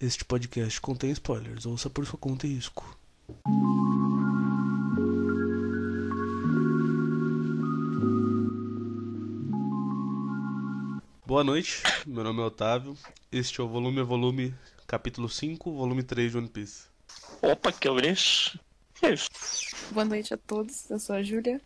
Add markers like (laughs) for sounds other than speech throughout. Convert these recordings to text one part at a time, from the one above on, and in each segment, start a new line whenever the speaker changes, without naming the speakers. Este podcast contém spoilers, ouça por sua conta e risco. Boa noite, meu nome é Otávio. Este é o volume a volume, capítulo 5, volume 3 de One Piece.
Opa, que brecho. É isso.
Boa noite a todos, eu sou a Júlia.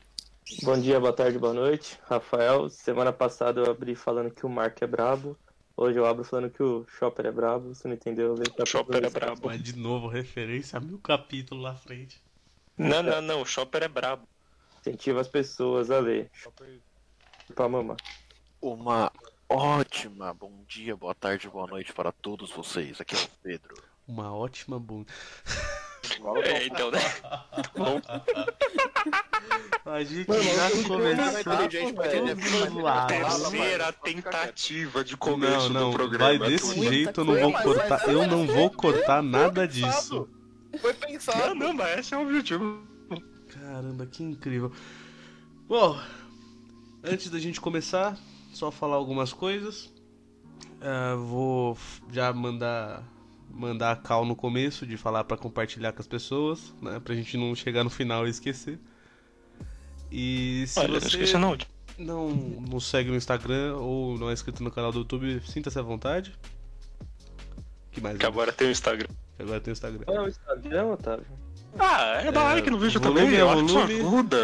Bom dia, boa tarde, boa noite. Rafael, semana passada eu abri falando que o Mark é brabo. Hoje eu abro falando que o Chopper é brabo. Você não entendeu? Vem pra
O Chopper é brabo.
Mas de novo, referência a mil capítulos lá à frente.
Não, não, não. O Chopper é brabo.
Incentiva as pessoas a ler. Pra mamar.
Uma ótima bom dia, boa tarde, boa noite para todos vocês. Aqui é o Pedro.
Uma ótima bunda.
É, então, né?
A gente
Mano,
já
eu- eu-
Vai
começou
ter gente que vai
é
entender,
tudo
mas-
lá.
Terceira tentativa de
Não,
começo
não,
do programa.
vai desse
Tu-
Muita
jeito, eu não
coisa,
vou
mas-
cortar, eu não vou cortar nada disso.
Foi
Não,
pensado.
não, mas esse é o objetivo.
Caramba, que incrível. Bom, antes da gente começar, só falar algumas coisas. Ah, vou f- já mandar mandar a cal no começo de falar pra compartilhar com as pessoas, né, pra gente não chegar no final e esquecer. E se
Olha, não
você
esqueça é não.
não nos segue no Instagram ou não é inscrito no canal do YouTube, sinta-se à vontade. Que mais?
Que agora tem o Instagram.
Agora tem o Instagram.
Qual é o Instagram, Otávio?
Ah, é da hora que no vídeo
volume
também.
é
Eu acho que isso
volume.
ajuda.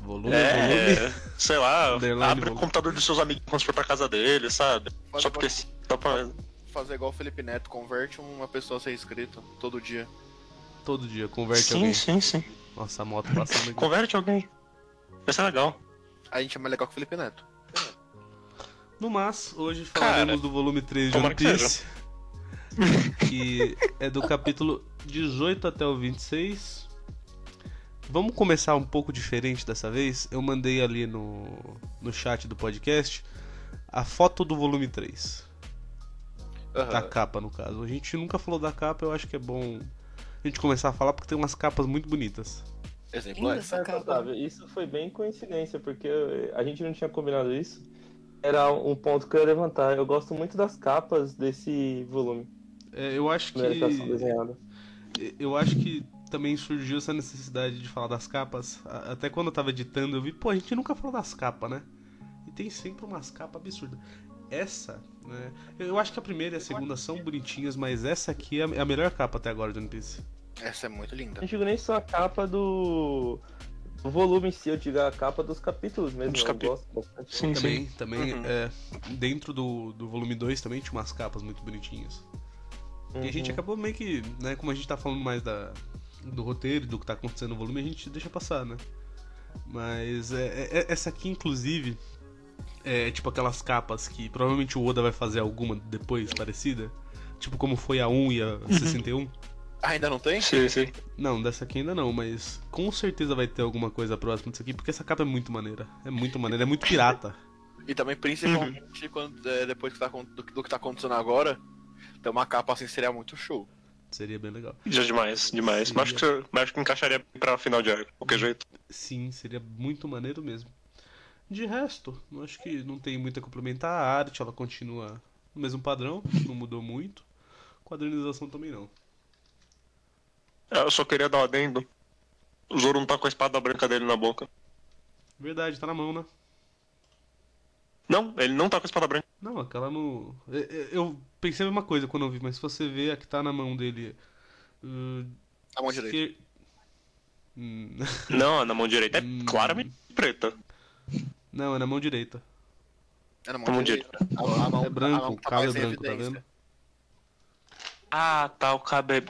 Volume, volume.
É, sei lá.
Underline,
Abre o
volume.
computador dos seus amigos quando você for pra casa dele, sabe?
Mas
Só
eu
porque sim. Dá pra...
posso fazer igual o Felipe Neto, converte uma pessoa a ser inscrita todo dia.
Todo dia converte
Sim,
alguém.
sim, sim.
Nossa, a moto passando aqui.
Converte alguém. Vai ser legal.
A gente é mais legal que o Felipe Neto.
No mas, hoje falaremos
Cara,
do volume 3 de
tomara
One
que
Piece. Que é do capítulo 18 até o 26. Vamos começar um pouco diferente dessa vez. Eu mandei ali no, no chat do podcast a foto do volume 3.
Tá.
Da
Aham.
capa, no caso. A gente nunca falou da capa, eu acho que é bom a gente começar a falar porque tem umas capas muito bonitas.
Exemplo
Linda
é.
essa capa.
Otávio, isso foi bem coincidência, porque a gente não tinha combinado isso. Era um ponto que eu ia levantar. Eu gosto muito das capas desse volume.
É, eu acho que.
Primeira estação desenhada.
Eu acho que também surgiu essa necessidade de falar das capas. A- Até quando eu tava editando, eu vi, pô, a gente nunca falou das capas, né? E tem sempre umas capas absurdas. Essa, né? Eu eu acho que a primeira e a segunda são bonitinhas, mas essa aqui é a- é a melhor capa até agora de One Piece.
Essa é muito linda.
Eu Não digo nem só a capa do... do volume em si, eu digo a capa dos capítulos mesmo.
Dos
eu
capi-
gosto bastante.
Sim, sim.
Também, também
Uhum.
é, dentro do, do volume 2 também tinha umas capas muito bonitinhas. E a gente
Uhum.
acabou meio que, né, como a gente tá falando mais da, do roteiro, do que tá acontecendo no volume, a gente deixa passar, né? Mas é, é- é- essa aqui, inclusive, é tipo aquelas capas que provavelmente o Oda vai fazer alguma depois parecida. Tipo como foi a 1 e a 61.
Ah, ainda não tem?
Sim, sim.
Não, dessa aqui ainda não, mas com certeza vai ter alguma coisa próxima disso aqui, porque essa capa é muito maneira. É muito maneira, é muito pirata.
E também,
Uhum.
principalmente, quando, é, depois que tá, acon- do, que- do que tá acontecendo agora, ter uma capa assim seria muito show.
Seria bem legal.
Já demais, demais. Mas acho, que, mas acho que encaixaria pra final de arco, de qualquer jeito.
Sim, seria muito maneiro mesmo. De resto, eu acho que não tem muito a complementar. A arte, ela continua no mesmo padrão, não mudou muito. Quadrinização também não.
Eu só queria dar um adendo. O Zoro não tá com a espada branca dele na boca.
Verdade, tá na mão, né?
Não, ele não tá com a espada branca.
Não, aquela no. é- é- Eu pensei a mesma coisa quando eu vi, mas se você vê a que tá na mão dele. uh,
A Tá mão direita.
esquer- Hum, (laughs)
Não, a na mão direita é
Hum.
claramente preta.
Não, é na mão direita.
É na
Tá
A mão
A, a mão,
É branco,
a mão
o
que tá
cabo é
mais em
branco, tá
evidência.
vendo?
Ah, tá, o cabo é.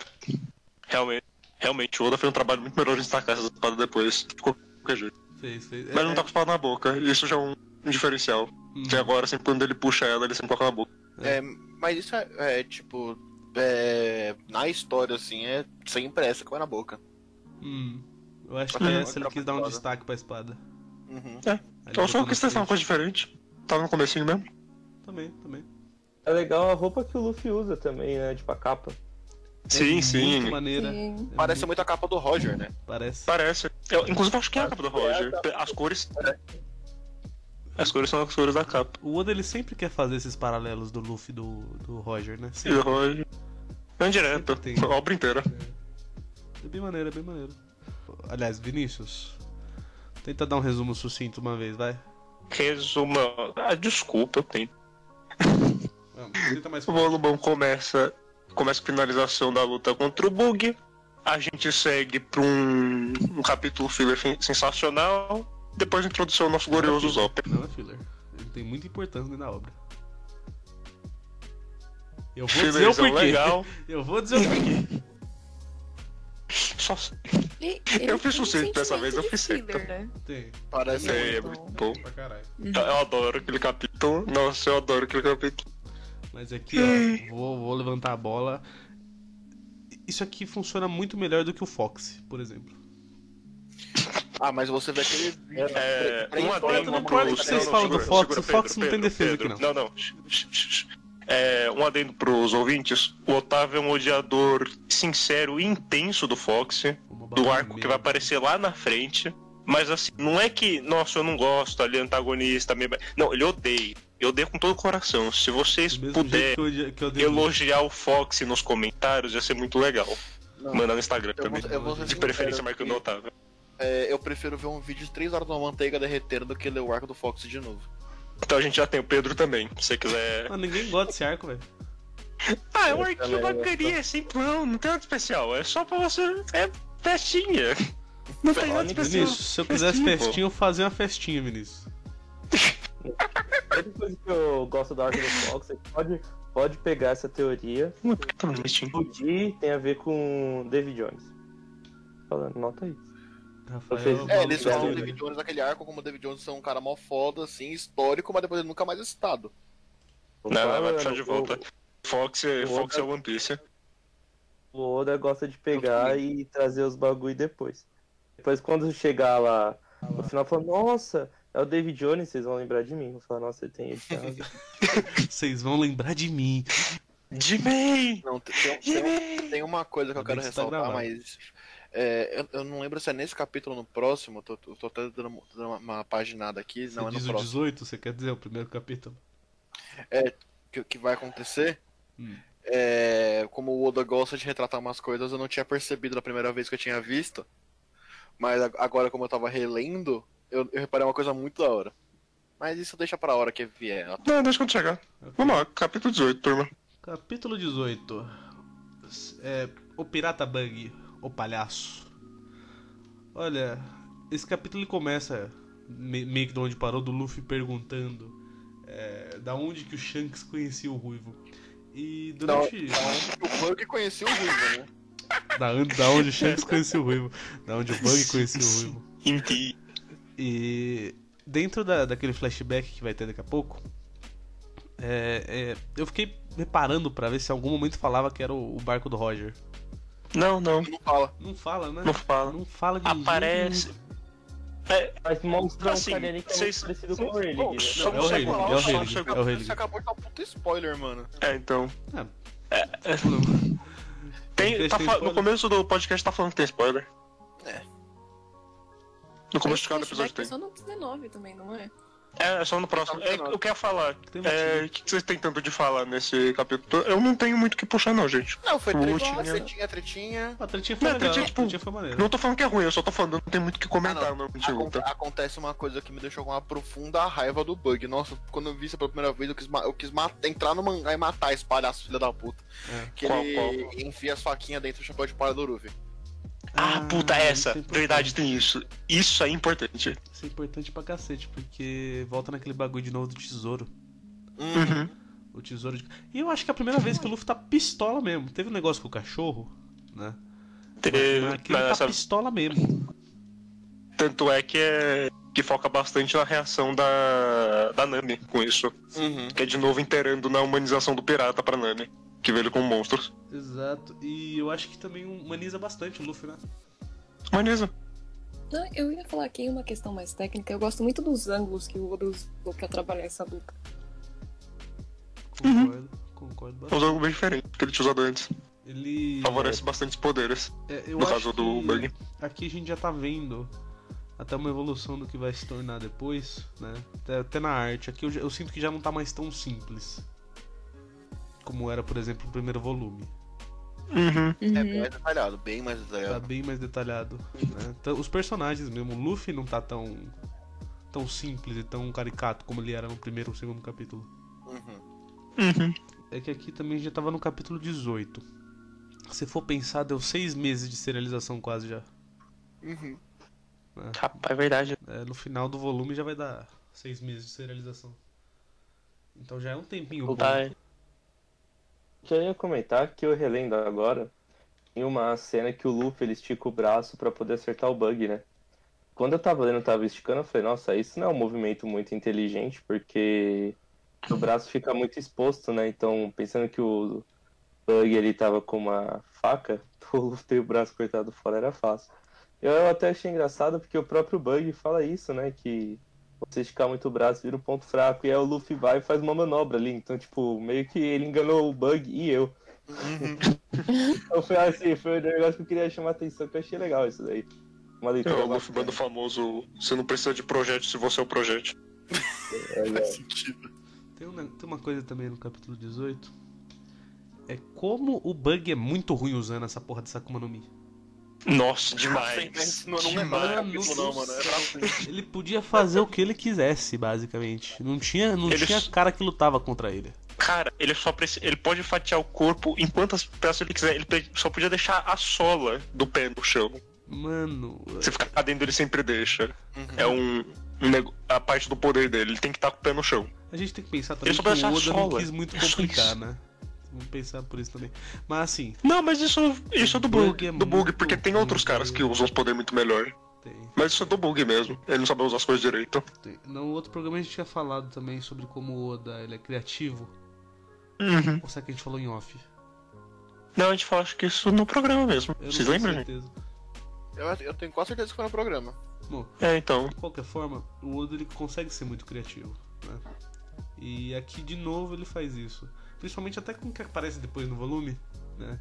Realmente, realmente, o Oda fez um trabalho muito melhor em destacar essa espada depois. De qualquer jeito.
Fez, fez. É, hum,
Mas ele não tá com a espada na boca. Isso já é um um diferencial. Que agora, sempre quando ele puxa ela, ele sempre coloca na boca.
É, mas isso é, é, tipo. é, na história, assim, é sem pressa que vai na boca.
é-
Hum, eu acho que
Uhum.
essa ele quis dar um
Uhum.
destaque pra espada.
Uhum.
Aí ele
Eu né? Então, só
botou
quis
na
testar uma
frente.
coisa diferente. Tava no comecinho mesmo.
Também, também.
É legal a roupa que o Luffy usa também, né? Tipo a capa.
Sim, sim.
É Muito maneira.
Sim.
É
Parece muito a capa do Roger, né?
Parece.
Parece. Eu, inclusive, acho que é a capa do Roger. As cores. As cores são as cores da capa.
O Oda ele sempre quer fazer esses paralelos do Luffy e do, do Roger, né?
E o Roger. É direto,
Tem.
a obra inteira.
É bem maneiro, é bem maneiro. Aliás, Vinícius, tenta dar um resumo sucinto uma vez, vai.
Resumo. Ah, desculpa, eu tenho.
Não, tenta
(laughs)
mais
O Volubão começa, começa a finalização da luta contra o Bug. A gente segue pra um, um capítulo filler sen- sensacional. Depois introdução ao nosso glorioso Zop.
Não é filler. Ele tem muita importância dentro da obra. Eu vou dizer o
Fillerzão
porquê.
legal.
(laughs) Eu vou dizer o porquê.
Só Eu
E- ele
fiz
tem um
sucesso dessa
sentimento
vez, eu
de
fiz certo.
filler, né?
Tem,
Parece.
É.
é muito bom. Então,
pra caralho.
Eu eu adoro aquele capítulo. Nossa, eu adoro aquele capítulo.
Mas aqui, ó,
(laughs)
vou, vou levantar a bola. Isso aqui funciona muito melhor do que o Fox, por exemplo.
Ah, mas você vê aquele vídeo.
É,
Pra- pra-
um
pra-
adendo
não
pro-
importa o que vocês
não,
falam
segura,
do Fox,
segura,
o Fox não tem defesa
Pedro.
aqui, não.
Não, É, um adendo pros ouvintes. O Otávio é um odiador sincero e intenso do Fox.
Uma
do
barra
arco que
mesmo.
vai aparecer lá na frente. Mas assim, não é que, nossa, eu não gosto, ali é antagonista, me... não, ele odeia. Eu odeio com todo o coração. Se vocês
Do mesmo jeito
puderem
que eu, odi- que eu odeio
elogiar o Fox nos comentários, ia ser muito legal.
Não.
Mandar no Instagram
Eu vou,
também.
eu vou ser
De preferência
sincero,
marcando o Otávio.
é, eu prefiro ver um vídeo de 3 horas de uma manteiga derretendo do que ler o arco do Fox de novo.
Então a gente já tem o Pedro também, se você quiser.
Ah, ninguém gosta desse arco, velho.
Ah, é um
Eu
arquivo
também, eu
bacaninha, é simplão, não tem nada especial. É só pra você. É festinha. Não tem nada especial.
Vinícius, se eu quisesse
Festinha, pô.
festinha, eu fazia uma festinha, Vinícius.
A única coisa que eu gosto da arco do Fox é que pode, pode pegar essa teoria.
Tá bonitinho.
O G tem a ver com David Jones. Falando, nota aí.
Rafael.
É,
Não,
eles
não,
falam o
não.
David Jones naquele arco como o David Jones é um cara mó foda, assim, histórico, mas depois ele nunca mais é citado.
O
Não, não, vai
Fala-
puxar de volta. Fox, é- Fox é One Piece.
O Oda gosta de pegar e trazer os bagulho depois. Depois, quando chegar lá no final, fala: Nossa, é o David Jones, vocês vão lembrar de mim. Vou falar: Nossa, tem ele. tá?"
(laughs)
Vocês vão lembrar de mim.
Jimei!
Não, tem, um, tem- tem- tem uma coisa que eu
Ainda
quero
bem que tá
ressaltar,
gravado.
mas. é, eu, eu não lembro se é nesse capítulo ou no próximo, eu tô, eu tô até dando, tô dando uma, uma paginada aqui,
Você
não é no
diz o
próximo.
18, você quer dizer o primeiro capítulo?
que, que vai acontecer.
Hum.
É, como o Oda gosta de retratar umas coisas, eu não tinha percebido da primeira vez que eu tinha visto. Mas a- agora, como eu tava relendo, eu, eu reparei uma coisa muito da hora. Mas isso deixa pra hora que vier.
Não, deixa quando chegar. Vamos lá, capítulo 18, turma.
Capítulo 18. É, o Pirata Bug, o palhaço. Olha, esse capítulo ele começa me- meio que de onde parou, do Luffy perguntando é, da onde que o Shanks conhecia o Ruivo. E durante.
O fã que conheceu o Ruivo, né?
Da, onde- da onde o Shanks conhecia o Ruivo. Da onde o Bug conhecia o Ruivo.
Inti.
E dentro da, daquele flashback que vai ter daqui a pouco, é, é, eu fiquei reparando pra ver se em algum momento falava que era o, o barco do Roger.
Não, não,
Não fala.
Não fala, né?
não fala.
Não fala de
Aparece.
Mas mostra
Assim,
um caderninho que é
vocês-
muito parecido com ele.
Bom,
Guilherme.
só
é o
um
rei,
segundo,
é o
só
rei,
um
ele-
segundo.
é o rei.
Você acabou de dar um puta spoiler, mano.
É, então.
ninguém. Não,
Tem, tá
Tem
fa-
spoiler?
no começo do podcast tá falando que tem spoiler.
É.
No começo de cada
Flashback
episódio tem.
Só no 19 também, não é?
É, é só no próximo. É, eu quero falar.
Tem
(laughs)
um
É,
motivo.
o que que vocês têm tanto de falar nesse capítulo? Eu não tenho muito o que puxar, não, gente.
Não, foi
Putinha.
tretinha, tretinha, tretinha.
A tretinha foi
Não, a
legal.
tretinha,
A
tipo,
tretinha foi maneira.
Não tô falando que é ruim, eu só tô falando, não tem muito o que comentar,
Ah,
não. não
Acon-
pergunta.
acontece uma coisa que me deixou com uma profunda raiva do bug. Nossa, quando eu vi isso pela primeira vez, eu quis, ma- eu quis ma- entrar no mangá e matar esse palhaço, filha da puta.
É.
Que
Qual-
ele
qual?
enfia as faquinhas dentro do chapéu de palha do Luffy.
Ah, puta,
isso é
essa.
importante.
Verdade, tem isso. Isso é importante.
Isso é importante pra cacete, porque volta naquele bagulho de novo do tesouro.
Hum,
Uhum.
O tesouro de. E eu acho que é a primeira vez que o Luffy tá pistola mesmo. Teve um negócio com o cachorro, né?
Teve-
Mas aqui
mas
ele tá
essa-
pistola mesmo.
Tanto é que é que foca bastante na reação da, da Nami com isso.
Uhum.
Que é de novo inteirando na humanização do pirata pra Nami. Que vê ele como monstro.
Exato. E eu acho que também humaniza bastante o Luffy, né?
Humaniza.
Não, eu ia falar aqui uma questão mais técnica. Eu gosto muito dos ângulos que o Oda usou pra trabalhar essa luta.
Concordo, concordo
É um
bastante.
jogo bem diferente do que ele tinha usado antes.
Ele.
Favorece bastante os poderes.
é, eu
no
acho
caso do
que
Bug.
Aqui a gente já tá vendo até uma evolução do que vai se tornar depois, né? Até, até na arte. Aqui eu, já- eu sinto que já não tá mais tão simples. Como era, por exemplo, o primeiro volume.
Uhum.
É
Uhum.
bem mais detalhado, bem mais
É.
Tá
detalhado.
bem mais detalhado. né? Então, os personagens mesmo, o Luffy não tá tão. tão simples e tão caricato como ele era no primeiro ou segundo capítulo.
Uhum.
Uhum.
É que aqui também já tava no capítulo 18. Se for pensar, deu seis meses de serialização quase já.
Uhum.
Rapaz, é verdade.
É, no final do volume já vai dar seis meses de serialização. Então já é um tempinho bom.
Tá, é.
Já é. ia comentar que eu relendo agora em uma cena que o Luffy ele estica o braço pra poder acertar o bug, né? Quando eu tava lendo, eu tava esticando, eu falei, nossa, isso não é um movimento muito inteligente, porque o braço fica muito exposto, né? Então, pensando que o bug ele tava com uma faca, (laughs) o Luffy tem o braço cortado fora, era fácil. Eu até achei engraçado porque o próprio bug fala isso, né? Que você esticar muito o braço vira um ponto fraco. E aí o Luffy vai e faz uma manobra ali. Então, tipo, meio que ele enganou o Bug e eu.
Uhum.
(laughs) então foi assim, foi um negócio que eu queria chamar a atenção, que eu achei legal isso daí. Uma leitura.
o Luffy
bacana.
manda o famoso: você não precisa de projeto se você é o projeto.
Faz sentido.
Tem, um ne- tem uma coisa também no capítulo 18. É como o Bug é muito ruim usando essa porra dessa Akuma no Mi.
Nossa,
Mas
demais.
Não, não é mais
Mano
capítulo,
do
não, mano. É pra frente.
Ele podia fazer o que ele quisesse, basicamente. Não tinha, não
Ele-
tinha cara que lutava contra ele.
Cara, ele só precisa, ele pode fatiar o corpo em quantas peças ele quiser. Ele pe- só podia deixar a sola do pé no chão.
Mano,
Se ficar dentro, ele sempre deixa. É um, um nego- a parte do poder dele. Ele tem que estar com o pé no chão.
A gente tem que pensar também
Ele só
que o
pensa
Oda não
sola.
quis muito
É só
complicar,
isso.
né? Vamos pensar por isso também. Mas assim,
Não, mas isso, isso é do
Bug
bug.
é
do bug,
muito
porque tem
ruim,
outros caras
né?
que usam os poderes muito melhor.
tem.
Mas isso é do bug mesmo. Ele não sabe usar as coisas direito.
tem. No outro programa a gente tinha falado também sobre como o Oda ele é criativo.
Uhum.
Ou será que a gente falou em off?
Não, a gente fala acho que isso no programa mesmo.
Eu não
Vocês
tenho
lembram, gente?
certeza.
Eu, eu tenho quase certeza que foi no programa.
Bom,
É, então.
de qualquer forma, o Oda ele consegue ser muito criativo, né? E aqui de novo ele faz isso. Principalmente até com o que aparece depois no volume, né?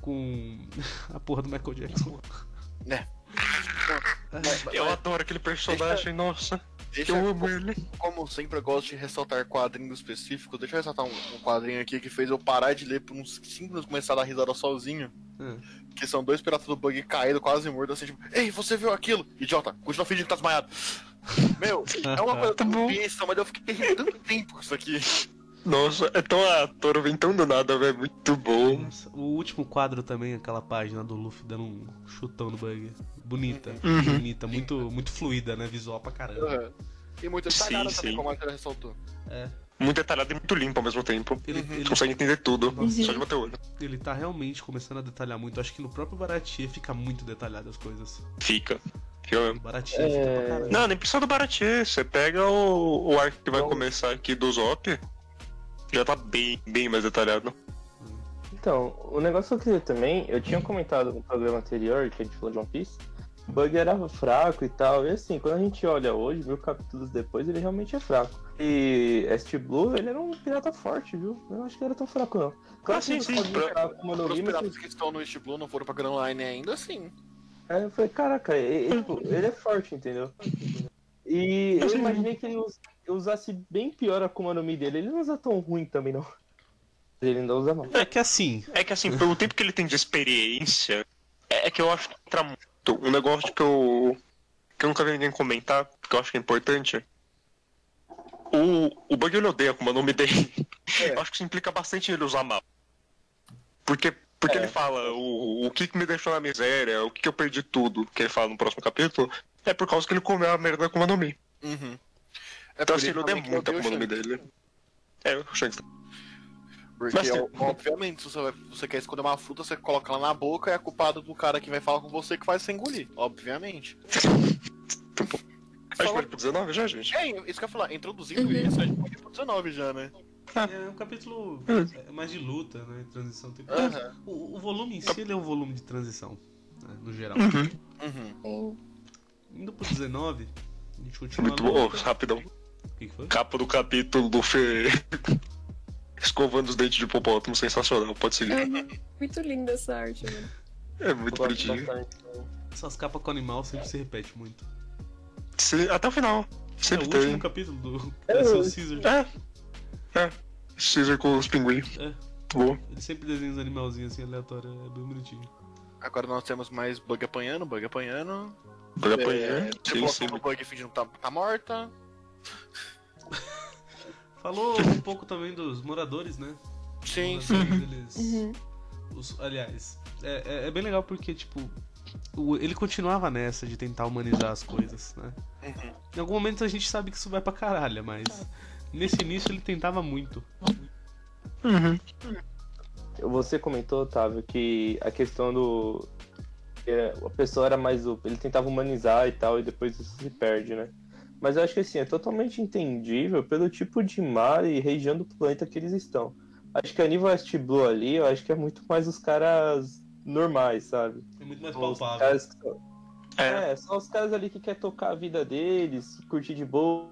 Com (laughs) a porra do Michael Jackson.
Eu adoro aquele personagem, nossa.
Deixa
Eu amo ele.
Como sempre, eu gosto de ressaltar quadrinhos específicos. Deixa eu ressaltar um, um quadrinho aqui que fez eu parar de ler por uns 5 minutos começar a dar risada sozinho.
Hum.
Que são dois piratas do bug caídos, quase mortos, assim, tipo, Ei, você viu aquilo? Idiota, continua fingindo que tá desmaiado. Meu, é uma
(laughs)
coisa
Tá
tão
bom.
besta, mas eu fiquei rindo tanto tempo com isso aqui.
Nossa, é tão ator, vem tão do nada, velho. Muito bom.
Nossa, o último quadro também, aquela página do Luffy dando um chutão no bug. Bonita, bonita, muito, muito fluida, né? Visual pra caramba.
Uhum. E muito
Sim,
detalhada
sim.
também, como a Matheus ressaltou.
É.
Muito detalhado e muito limpo ao mesmo tempo.
Ele, ele,
Consegue entender tudo,
Nossa.
só de bater o olho.
ele tá realmente começando a detalhar muito. Acho que no próprio Baratie fica muito detalhado as coisas.
Fica. Fica mesmo.
O Baratie fica
É.
pra caramba.
Não, nem precisa do Baratie. Você pega o, o arco que vai
Não.
começar aqui do Zop. Já tá bem, bem mais detalhado.
Então, o negócio que eu queria também, eu tinha comentado no programa anterior, que a gente falou de One Piece, o bug era fraco e tal, e assim, quando a gente olha hoje, mil capítulos depois, ele realmente é fraco. E Est Blue, ele era um pirata forte, viu? Eu não acho que ele era tão fraco, não. Claro
Ah, sim,
que
sim,
ele não
pra-
sabia falar como no
Para os
Lima,
piratas que estão no East Blue não foram pra Grand Line ainda, assim. sim.
Aí é, eu falei, caraca, e- e, tipo, ele é forte, entendeu? E eu imaginei que ele us- usasse bem pior a Akuma no Mi dele. Ele não usa tão ruim também, não. Ele ainda usa mal.
É que assim,
É que assim, pelo tempo que ele tem de experiência, é é que eu acho que entra muito. Um negócio que eu. que eu nunca vi ninguém comentar, que eu acho que é importante. O, o Bug ele odeia como o nome dele. Eu acho que isso implica bastante ele usar mal. Porque, porque
É.
ele fala o, o que que me deixou na miséria, o que, que eu perdi tudo, que ele fala no próximo capítulo, é por causa que ele comeu a merda com o Manomi.
Uhum. É
Então
por
assim,
isso
ele odeia
também que
muito
eu
a
odeio o
nome
Shanks.
dele. É, o Shanks.
Porque,
Mas tem-
ó, obviamente, se você, vai- você quer esconder uma fruta, você coloca ela na boca e é culpado do cara que vai falar com você que faz você engolir. Obviamente.
A gente pode pro 19 já, gente?
É, isso que eu ia falar. Introduzindo isso, a gente pode ir pro 19 já, né?
é um capítulo é mais de luta, né? Transição. Tem...
Aham.
O, o volume em si ele é um volume de transição, né, no geral.
Uhum.
(laughs)
Tem-
Indo pro 19, a gente continua.
Muito
a
bom, Ô,
luta.
rapidão.
O que que foi?
Capa do capítulo do Fê. Escovando os dentes de hipopótamo, sensacional, pode seguir.
Muito linda essa arte, né? mano.
É muito
Eu gosto
bonitinho.
bastante.
Essas capas com animal sempre se repete muito.
Se- até o final.
É o
Sempre
último
tem.
capítulo do Little Caesar.
É. É. Caesar com os pinguins.
É.
Muito bom.
Ele sempre desenha uns animalzinhos assim aleatórios, é bem bonitinho.
Agora nós temos mais bug apanhando, bug apanhando.
Agora
É,
apanhar. né? Sim,
Devolução
sim.
do bug fingindo que tá, tá morta.
Falou um pouco também dos moradores, né?
Uhum.
Sim,
Os
sim.
moradores, eles-
Uhum.
os- aliás, é, é- é bem legal porque, tipo, o- ele continuava nessa de tentar humanizar as coisas, né? Em algum momento a gente sabe que isso vai pra caralho, mas nesse início ele tentava muito.
Uhum.
Você comentou, Otávio, que a questão do. é, A pessoa era mais. o- Ele tentava humanizar e tal, e depois isso se perde, né? Mas eu acho que assim, é totalmente entendível pelo tipo de mar e região do planeta que eles estão. Acho que a nível West Blue ali, eu acho que é muito mais os caras normais, sabe?
É muito mais
Os
palpável.
caras que são-
É.
É. só os caras ali que quer tocar a vida deles, curtir de boa,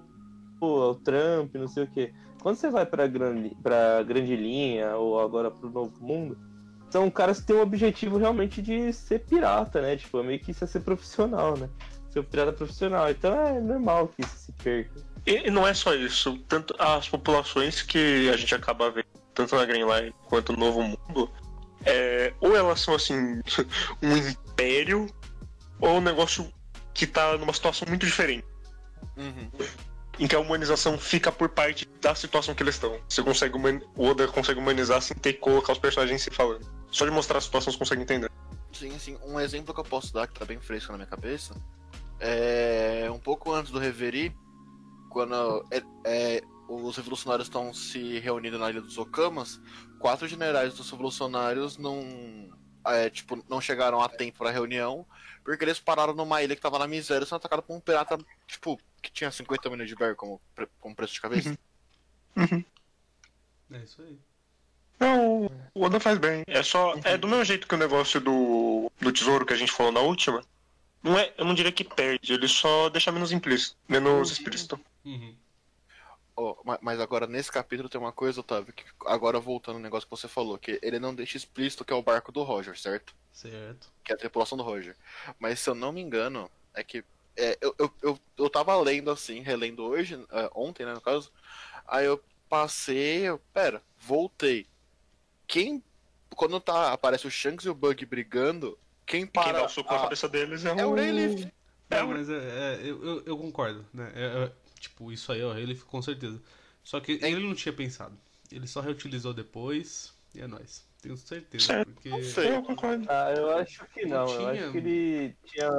o Trump, não sei o quê. Quando você vai pra grande, pra grande linha ou agora pro novo mundo, são caras que têm o objetivo realmente de ser pirata, né? Tipo, é meio que isso é ser profissional, né? Ser um pirata profissional. Então é normal que isso se perca.
E, e não é só isso. Tanto as populações que a gente acaba vendo, tanto na Green Line quanto no Novo Mundo, é, ou elas são assim, (laughs) um império, ou um negócio que tá numa situação muito diferente.
Uhum.
Em que a humanização fica por parte da situação que eles estão. Você consegue human... O Oda consegue humanizar sem ter que colocar os personagens se falando. Só de mostrar a situação você consegue entender.
Sim, sim. Um exemplo que eu posso dar, que tá bem fresco na minha cabeça, é um pouco antes do Reverie, quando é- é, os revolucionários estão se reunindo na Ilha dos Okamas, quatro generais dos revolucionários não, é, tipo, não chegaram a tempo pra reunião, porque eles pararam numa ilha que tava na miséria, sendo atacados por um pirata, tipo, que tinha 50 milhões de barco como, pre- como preço de cabeça.
É isso aí.
Não, o Oda faz bem. É só. É do mesmo jeito que o negócio do, do tesouro que a gente falou na última. Não é, eu não diria que perde, ele só deixa menos implícito, menos explícito.
Uhum.
Ó, ma- mas agora nesse capítulo tem uma coisa, Otávio, que agora voltando ao negócio que você falou, que ele não deixa explícito que é o barco do Roger, certo?
Certo.
que é a tripulação do Roger. Mas se eu não me engano, é que é, eu, eu, eu, eu tava lendo assim, relendo hoje, é, ontem, né, no caso. Aí eu passei, eu, pera, voltei. Quem. Quando tá, aparece o Shanks e o Bug brigando, quem para.
Quem dá o soco na
a-
cabeça deles é o.
é o Rayleigh.
É,
Não, mas é, é, eu, eu- eu concordo, né? É, é, tipo, isso aí, ó, ele ficou com certeza. Só que ele não tinha pensado. Ele só reutilizou depois e é nóis. Tenho certeza.
Certo.
Porque.
Não sei.
eu concordo.
Ah, eu acho que não.
Não
Eu
tinha.
acho que ele tinha.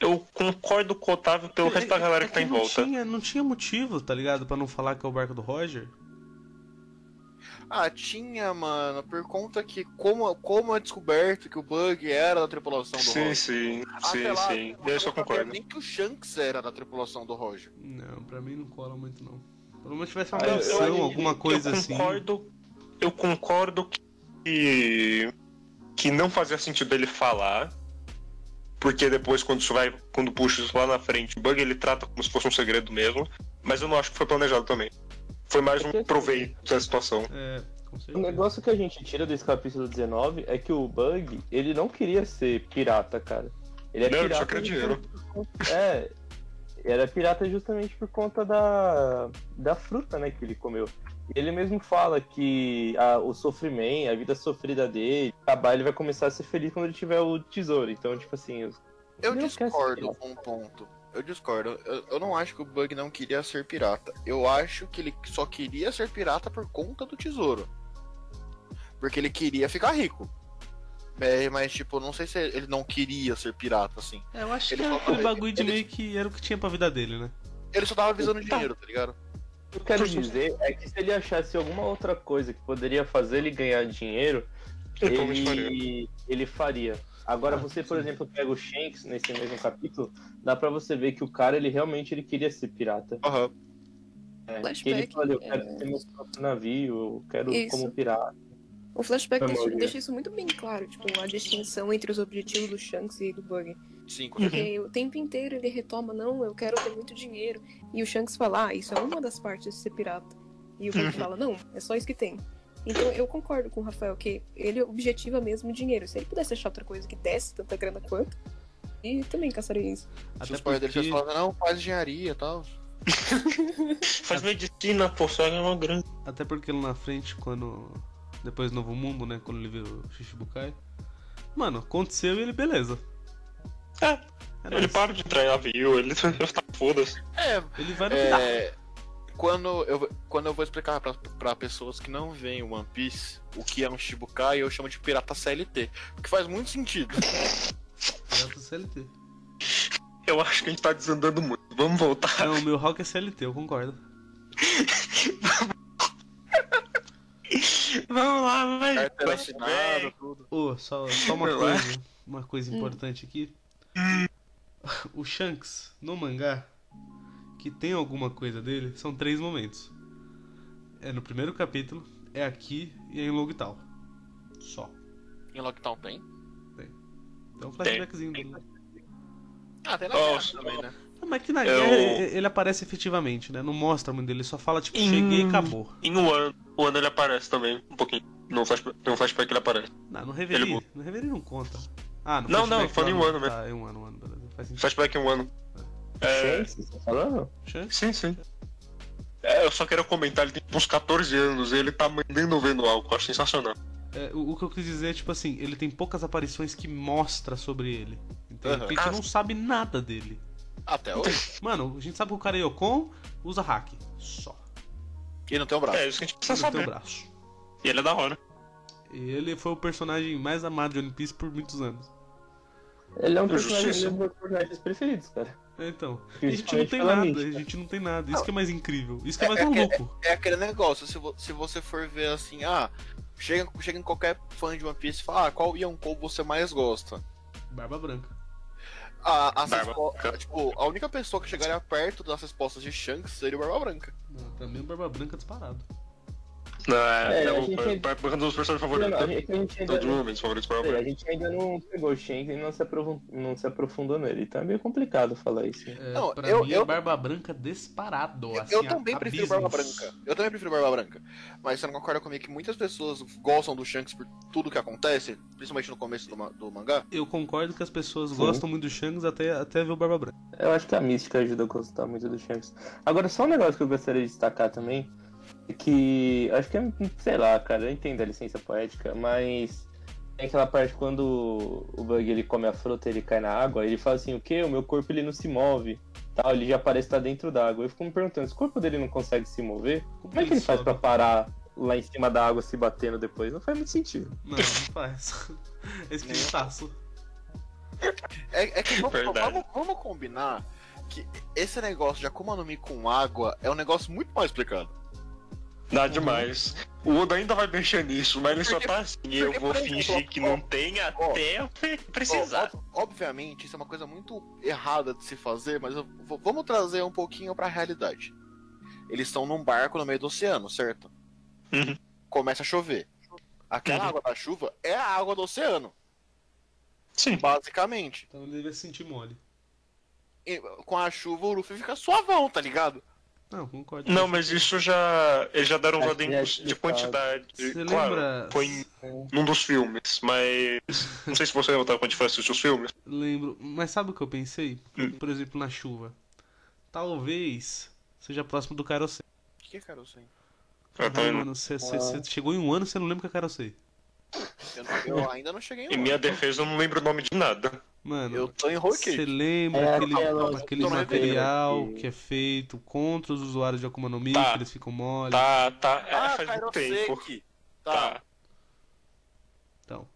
Eu concordo com o Otávio pelo resto
É,
da galera que tá em
não
volta.
Tinha, não tinha motivo, tá ligado? Pra não falar que é o barco do Roger.
Ah, tinha, mano, por conta que como, como é descoberto que o Bug era da tripulação do
Sim,
Roger.
sim,
Ah,
sim,
sei lá,
sim.
não
Eu só
sabia
concordo.
Nem que o Shanks era da tripulação do Roger.
Não, pra mim não cola muito, não. Pelo menos tivesse uma
Ah, eu-
menção,
eu-
alguma coisa
eu
assim.
concordo, Eu concordo que, que não fazia sentido ele falar. Porque depois, quando isso vai, quando puxa isso lá na frente, o bug ele trata como se fosse um segredo mesmo. Mas eu não acho que foi planejado também. Foi mais um proveito da situação.
É, com
O
certeza.
negócio que a gente tira desse capítulo 19 é que o Bug, ele não queria ser pirata, cara. Ele é
Não, ele
pirata
só queria dinheiro.
É, era pirata justamente por conta da, da fruta, né, que ele comeu. Ele mesmo fala que a- o sofrimento, a vida sofrida dele, acabar, ele vai começar a ser feliz quando ele tiver o tesouro. Então, tipo assim, os-
Eu
Não quer ser
discordo
pirata.
com um ponto. Eu discordo. Eu, eu não acho que o Bug não queria ser pirata. Eu acho que ele só queria ser pirata por conta do tesouro. Porque ele queria ficar rico. É, mas, tipo, não sei se ele não queria ser pirata, assim.
É, eu acho que
Ele
(laughs) era
só-
aquele bagulho de
ele-
meio que era o que tinha pra vida dele, né?
Ele só tava visando dinheiro, tá ligado?
o que eu quero dizer é que se ele achasse alguma outra coisa que poderia fazer ele ganhar dinheiro,
Ele provavelmente faria.
ele, ele faria. Agora você, por
Ah, sim.
exemplo, pega o Shanks nesse mesmo capítulo, dá pra você ver que o cara, ele realmente ele queria ser pirata.
Aham.
É,
Flashback,
que ele fala, eu quero
é.
ter meu próprio navio, eu quero
Isso.
como pirata.
O flashback
Foi mal,
deixa,
né?
deixa isso muito bem claro, tipo, a distinção entre os objetivos do Shanks e do Bug.
Sim, com certeza.
Porque o tempo inteiro ele retoma, não, eu quero ter muito dinheiro. E o Shanks fala, ah, isso é uma das partes de ser pirata. E o Bug fala, não, é só isso que tem. Então eu concordo com o Rafael que ele objetiva mesmo o dinheiro. Se ele pudesse achar outra coisa que desse tanta grana quanto, E também caçaria isso.
Até
Se os pais dele
porque-
tivessem falado, não, faz engenharia e tal.
Faz medicina, pô, só é uma grande.
Até porque lá na frente, quando. Depois do Novo Mundo, né? Quando ele vê o Shishibukai. Mano, aconteceu e ele, beleza.
É,
É
ele
nóis.
para de treinar avião, ele (laughs) tá foda-se.
É,
Ele vai no é...
É, quando, eu, quando eu vou explicar pra, pra pessoas que não veem o One Piece o que é um Shibukai, eu chamo de pirata CLT. O que faz muito (laughs) sentido.
né, CLT.
Eu acho que a gente tá desandando muito. Vamos voltar.
Não, o meu Hawk é CLT, eu concordo.
Vamos lá, vai.
Carteira
É.
assinada, tudo.
Ô, só, só uma
Vai Hum. lá.
coisa. Uma coisa importante aqui. (laughs) O Shanks, no mangá, que tem alguma coisa dele, são três momentos. É no primeiro capítulo, é aqui e é em Logtown. Só.
Em Lockdown tem?
É um flashbackzinho dele.
Ah, tem na
Ó,
guerra
só-
também, né?
Não, Ah, mas que na
É
guerra
o-
ele, ele aparece efetivamente, né? Não mostra muito dele, só fala tipo, cheguei e
Hum.
acabou.
Em um ano, o ano ele aparece também, um pouquinho. No flashback, no flashback ele aparece.
Não, no Reverie,
Ele-
no Reverie não conta. Ah, no
Não, não,
flashback
foi
lá
em um
no-
ano mesmo.
Tá, em um ano, um ano, beleza. Faz sentido.
Flashback em um ano. É,
Shanks, você tá falando?
Shanks?
sim, sim. É, eu só quero comentar, ele tem uns 14 anos e ele tá mandando vendo álcool, acho sensacional.
É, o, o que eu quis dizer é, tipo assim, ele tem poucas aparições que mostra sobre ele. Entende?
Aham.
Porque a gente
Ah.
não sabe nada dele.
Até (laughs) hoje.
Mano, a gente sabe que o cara é Yokon, usa hack. Só.
E não tem um braço.
É, isso que a gente precisa
Usa teu
saber.
braço.
E ele é da hora.
E ele foi o personagem mais amado de One Piece por muitos anos.
Ele é um
Justiça.
personagem dos meus personagens preferidos, cara.
Então, e a gente não
Principalmente
tem
pela
nada, a
mística.
gente não tem nada. Isso que é mais incrível, isso que é mais
(laughs)
maluco.
É aquele negócio, se, vo- se você for ver assim, ah, chega, chega em qualquer fã de One Piece e fala, ah, qual Yonkou você mais gosta?
Barba branca.
Ah, as
Barba
respo-
Branca.
tipo, a única pessoa que chegaria perto das respostas de Shanks seria o Barba Branca.
Não, pra mim, o Barba Branca é disparado.
Não, é,
É,
é
a
o-
gente-
é um dos meus personagens
Não, não,
favoritos.
a gente, a gente
Todos
ainda,
os meus momentos favoritos para
a gente ainda não pegou o Shanks e não se, aprofun- não se aprofundou nele, então é meio complicado falar isso. né?
É,
Não,
pra
eu-
mim, é
eu-
Barba Branca disparado.
Eu-
assim,
eu também
a- a
prefiro Barba
business.
Branca. Eu também prefiro Barba Branca. Mas você não concorda comigo que muitas pessoas gostam do Shanks por tudo que acontece, principalmente no começo do, ma- do mangá?
Eu concordo que as pessoas
Sim.
gostam muito do Shanks até, até ver o Barba Branca.
Eu acho que a mística ajuda a gostar muito do Shanks. Agora, só um negócio que eu gostaria de destacar também, é que acho que é, sei lá, cara, eu entendo a licença poética, mas tem aquela parte quando o Bug ele come a fruta, ele cai na água, ele fala assim, o quê? O meu corpo ele não se move, tal, ele já parece estar dentro d'água. Eu fico me perguntando, se o corpo dele não consegue se mover, como é que ele faz
sobe?
pra parar lá em cima da água se batendo depois? Não faz muito sentido.
Não, não faz. (laughs) É esquisitaço.
É, é que vamos,
Verdade.
vamos- vamos combinar que esse negócio de Akuma no Mi com água é um negócio muito mal explicado.
Dá demais. O Oda ainda vai mexer nisso, mas ele só tá assim. Eu
porque,
vou
por exemplo,
fingir que não tem até eu pre- precisar.
Ó, ob- obviamente, isso é uma coisa muito errada de se fazer, mas eu vou- vamos trazer um pouquinho pra realidade. Eles estão num barco no meio do oceano, certo?
Uhum.
Começa a chover. Aquela
Uhum.
água da chuva é a água do oceano,
Sim.
basicamente.
Então ele devia se sentir mole.
E com a chuva, o Luffy fica suavão, tá ligado?
Não, concordo.
Não, mas isso já. Eles já deram um os
Acho que é
adentros de
explicado.
quantidade.
Você
claro,
lembra?
foi em- num dos filmes, mas. Não sei se você vai notar quando a gente for assistir os filmes.
Lembro. Mas sabe o que eu pensei?
Hum.
Por exemplo, na chuva. Talvez seja próximo do Karosei.
O que, cara, eu sei?
Eu
Caralho,
também
Uhum.
não-
mano, você
Ah.
chegou em um ano e você não lembra o que é Karosei.
Eu, não- eu ainda não cheguei
Em
em
minha defesa, eu não lembro o nome de nada.
Mano,
Eu tô em
você
Rocket.
lembra
É
aquele,
aquela-
aquele
Tomara que
material
tenha, que-
que é feito contra os usuários de Akuma no Mi,
Tá.
que eles ficam mole?
Tá, tá. É,
Ah,
faz muito tempo.
Kairoseki. Tá.
Tá.
Então,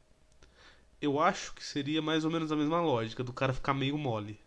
eu acho que seria mais ou menos a mesma lógica do cara ficar meio mole.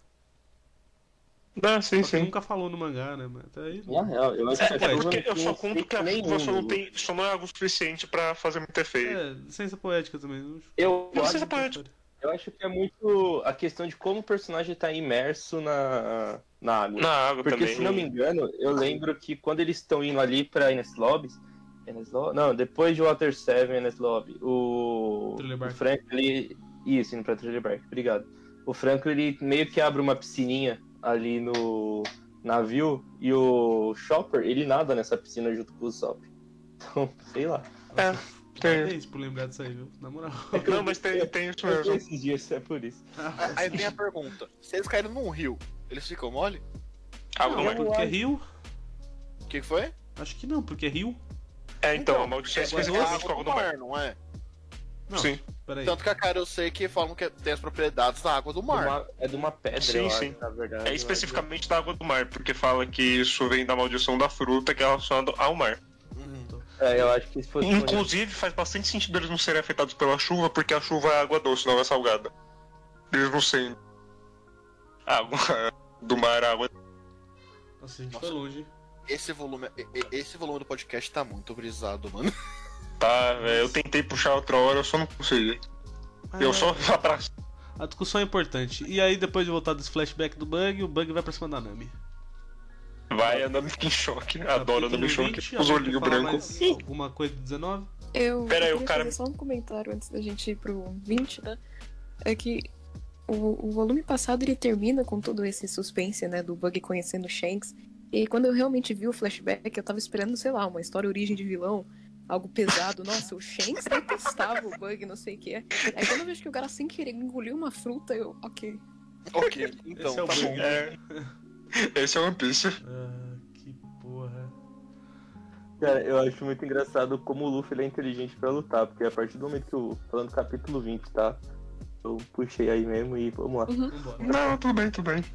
Ah, sim,
Só que
sim.
nunca falou no mangá, né? Mas até aí.
Na real, eu acho que
É
a chuva
porque
não
eu só
tem
conto que a
efeito
chuva só não,
nenhum.
tem, só não é algo suficiente pra fazer muito efeito.
É, licença poética também. não-
Eu
Não é
acho
precisa poética.
Eu acho que é muito a questão de como o personagem tá imerso na, na água.
Na água
Porque,
também.
se não me engano, eu lembro que quando eles estão indo ali pra Ines Lobbies. Ines Lo- Não, depois de Water 7, Ines Lobby, o,
Thriller
o
Bark.
Frank, ele. Isso, indo pra Thriller Bark, obrigado. O Franco, ele meio que abre uma piscininha ali no navio e o Chopper, ele nada nessa piscina junto com o Sop. Então, sei lá.
Nossa, Parabéns é por lembrar disso aí, viu? Na
(laughs)
moral.
Não, mas tem, tem isso
Eu vi
mesmo.
esses dias, é por isso.
Ah,
Aí- Aí vem a pergunta: se eles caíram num rio, eles ficam mole?
Ah, não, é.
Porque é rio?
O que que foi?
Acho que não, porque é rio.
É, então, a maldição
É,
se
mas
fez
é
com
água
fogo
do
no mar.
mar, não é?
Não,
Sim.
peraí.
Então,
Tanto que a cara eu sei que falam que tem as propriedades da água do
De
mar.
uma- é de uma pedra,
Sim,
eu
sim.
acho, na verdade.
É especificamente da água do mar, porque fala que isso vem da maldição da fruta que é relacionada ao mar.
Uhum.
É, eu acho que se fosse...
Inclusive, faz bastante sentido eles não serem afetados pela chuva, porque a chuva é água doce, não é salgada. Eles não sendo. Água do mar, água.
Nossa, a gente
Nossa.
foi longe.
Esse volume, e- e- esse volume do podcast tá muito brisado, mano.
Tá, velho. Eu tentei puxar outra hora, eu só não consegui.
Ah,
Eu só abracei.
A discussão é importante. E aí, depois de voltar desse flashback do Bug, o Bug vai pra cima da Nami.
Vai, a Nami fica em choque.
Tá
Adoro
Capítulo
a Nami em choque.
20, alguém
Os
quer
olhinhos
falar
brancos.
mais assim, Alguma coisa de 19?
Eu
Pera aí,
eu
o
queria
cara-
fazer só um comentário antes da gente ir pro 20, né? É que o, o volume passado ele termina com todo esse suspense, né? Do Bug conhecendo o Shanks. E quando eu realmente vi o flashback, eu tava esperando, sei lá, uma história origem de vilão, algo pesado. Nossa, o Shanks detestava o Bug, não sei o que é. Aí quando eu vejo que o cara sem querer engoliu uma fruta, eu, ok.
(laughs) ok, então
Esse é o
tá
Bug.
bom.
É. Esse é One Piece.
Ah, que porra.
Cara, eu acho muito engraçado como o Luffy ele é inteligente pra lutar, porque a partir do momento que eu. Falando capítulo 20, tá? Eu puxei aí mesmo e vamos lá.
Vambora.
Não, tudo bem, tudo bem.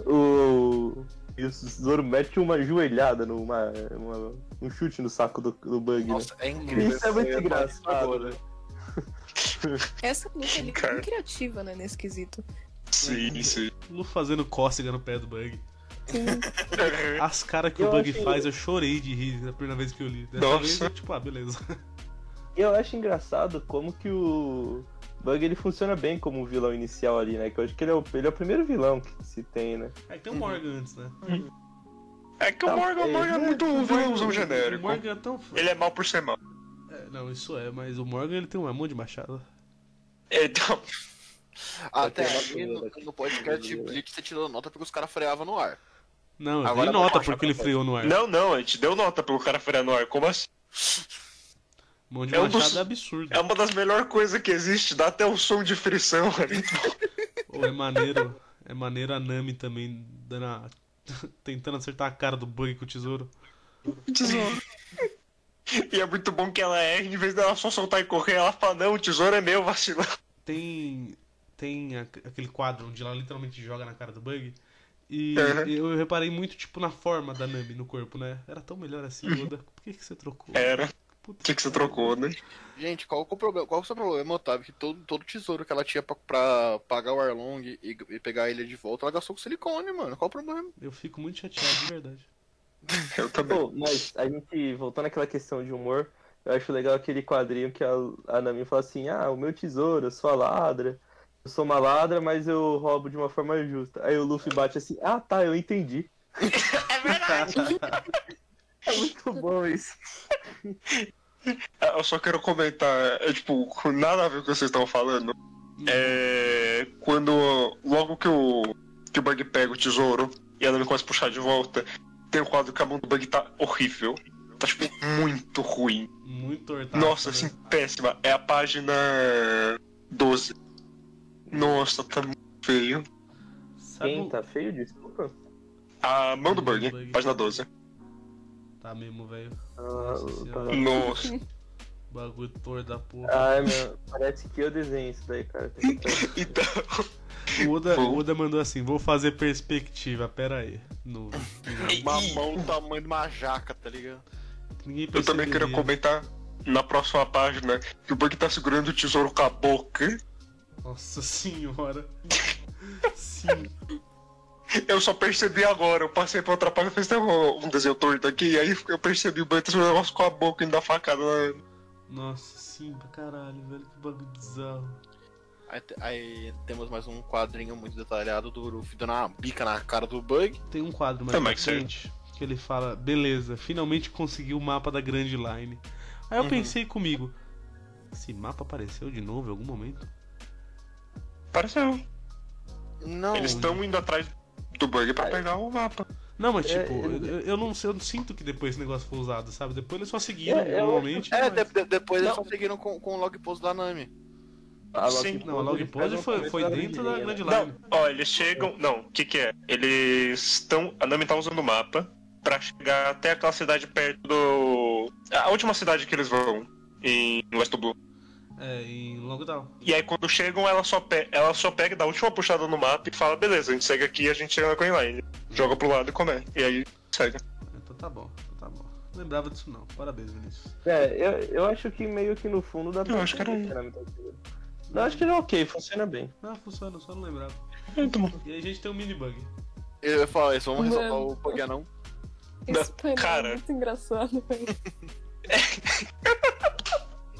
O. e O Zoro mete uma joelhada numa. uma- um chute no saco do, do bug, né?
Nossa, é incrível.
Isso é muito
Essa
engraçado, né?
Essa luta ali é
Cara.
bem criativa, né? Nesse quesito.
Sim, sim.
Lu fazendo cócega no pé do Bug.
Sim,
As caras que
Eu
o Bug
achei-
faz, eu chorei de rir da primeira vez que eu li. Dessa
Nossa.
vez eu, tipo, ah, beleza. (laughs)
E eu acho engraçado como que o. Bug ele funciona bem como um vilão inicial ali, né? Que eu acho que ele é o, ele é o primeiro vilão que se tem, né?
Aí
Uhum.
tem o Morgan antes, né?
É que o
Tá
Morgan, o
bem,
Morgan é
né?
muito um vilãozão
O
genérico.
Morgan é tão. f-
Ele é mal por ser mal.
É, não, isso é, mas o Morgan ele tem uma mão de machado.
Então,
Até
Tá
aqui no, no podcast de Bleach você tirou nota porque os caras freavam no ar.
Não, eu
Agora
é
dei
eu vou
nota
achar
porque ele freou no ar.
não, não, a gente deu nota pelo cara frear no ar. Como assim?
Mão de
É um
machado
dos-
é absurdo.
É uma das melhores coisas que existe, dá até o som de frição ali. um-
Ou é maneiro. É maneiro a Nami também dando a- (laughs) tentando acertar a cara do Bug com o tesouro.
E é muito bom que ela erre, em vez dela só soltar e correr, ela fala, não, o tesouro é meu, vacilão.
Tem. Tem a- aquele quadro onde ela literalmente joga na cara do Bug. E
Uhum.
eu reparei muito, tipo, na forma da Nami no corpo, né? Era tão melhor assim,
Uhum.
Oda. Por que, que você trocou?
Era, o
Puta
que, que você trocou, né?
Gente, qual que é o problema? Qual que é o seu problema, Otávio? Que todo, todo tesouro que ela tinha pra, pra pagar o Arlong e, e pegar ele de volta, ela gastou com silicone, mano. Qual o problema?
Eu fico muito chateado, de verdade.
Eu também.
Pô, mas a gente, voltando àquela questão de humor, eu acho legal aquele quadrinho que a, a Nami fala assim, ah, o meu tesouro, eu sou a ladra, eu sou uma ladra, mas eu roubo de uma forma justa. Aí o Luffy bate assim, ah tá, eu entendi. (laughs) é verdade! é muito bom isso.
Ah, Eu só quero comentar, é tipo, com nada a ver com o que vocês estão falando. É. Quando. Logo que o. Que o Bug pega o tesouro e ela me começa a puxar de volta, tem um quadro que a mão do Bug tá horrível. Tá, tipo, muito ruim.
Muito tortado.
Nossa,
né?
assim, péssima. É a página 12. Nossa, tá muito feio.
Sabe
Quem
o-
tá feio, desculpa.
A mão do Bug, página 12.
Tá mesmo, velho.
Ah,
Nossa senhora.
tá.
Nossa.
Bagulho torto da
Ah,
porra.
Ai, meu, parece que eu desenho isso daí, cara.
(laughs)
Então,
O Oda,
Bom.
o Oda mandou assim: vou fazer perspectiva, pera aí. No,
Uma mão do tamanho de uma jaca, tá ligado?
ninguém
eu também queria
perceberia.
comentar na próxima página que o Bug tá segurando o tesouro com a boca.
Nossa
(laughs)
senhora. Sim.
Eu só percebi agora, eu passei pra outra página, fez até um um desenho torto aqui, e aí eu percebi o Bantas um negócio com a boca indo da facada. na-
Nossa, sim, pra caralho, velho. Que bagulho bizarro.
Aí, te- aí temos mais um quadrinho muito detalhado do Luffy dando uma bica na cara do Bug.
Tem um quadro mais
É,
pra
mas sério.
frente que ele fala: beleza, finalmente consegui o mapa da Grand Line. Aí eu
Uhum.
pensei comigo: esse mapa apareceu de novo em algum momento?
Pareceu.
Não,
Eles estão indo atrás do Bug pra pegar o mapa.
Não, mas
É,
tipo,
ele-
eu, eu não sei, eu não sinto que depois esse negócio foi usado, sabe? Depois eles só seguiram
É, eu acho-
normalmente.
É,
Mas-
de- de- depois eles
Não.
conseguiram com, com o log post da Nami.
A
Sim,
Loki
Não, a log
eles fazem
pose
no
foi,
começo
foi
da
dentro da
grande
grande
linha, né?
live.
Não, ó, eles chegam. Não, o que que é? Eles estão. A Nami tá usando o mapa pra chegar até aquela cidade perto do. A última cidade que eles vão em West Blue.
É, em longo tal.
E aí quando chegam, ela só, pe... ela só pega, dá a última puxada no mapa e fala, beleza, a gente segue aqui e a gente chega na Coinline. Joga pro lado e come. E aí segue.
Então tá bom, então tá bom. Não lembrava disso não. Parabéns, Vinícius.
É, eu, eu acho que meio que no fundo dá pra
acho que era um.
entender a Nami tá segura. Não, acho que era ok, funciona bem.
Não, funciona, só não lembrava.
Muito bom.
E aí a gente tem um mini bug.
Eu ia falar isso, vamos
Mano.
ressaltar o bug anão.
Esse painel
Cara.
é muito engraçado, (laughs) velho.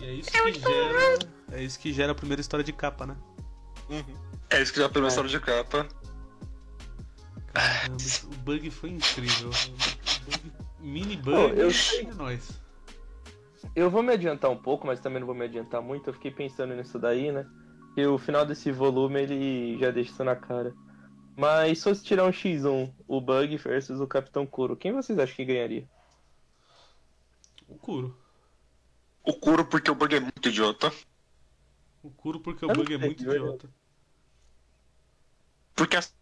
E é isso que gera. É isso que gera a primeira história de capa, né?
Uhum.
É isso que já pelo história de capa. (laughs)
Caramba, isso- o bug foi incrível. O bug- Mini bug
Pô, eu sei.
é nóis.
Eu vou me adiantar um pouco, mas também não vou me adiantar muito. Eu fiquei pensando nisso daí, né? E o final desse volume ele já deixa isso na cara. Mas se fosse tirar um X1, o Bug versus o Capitão Kuro, quem vocês acham que ganharia?
O Kuro.
O Kuro, porque o bug é muito idiota.
O Kuro porque o
Eu não
bug é
sei,
muito
de verdade.
idiota.
Porque as-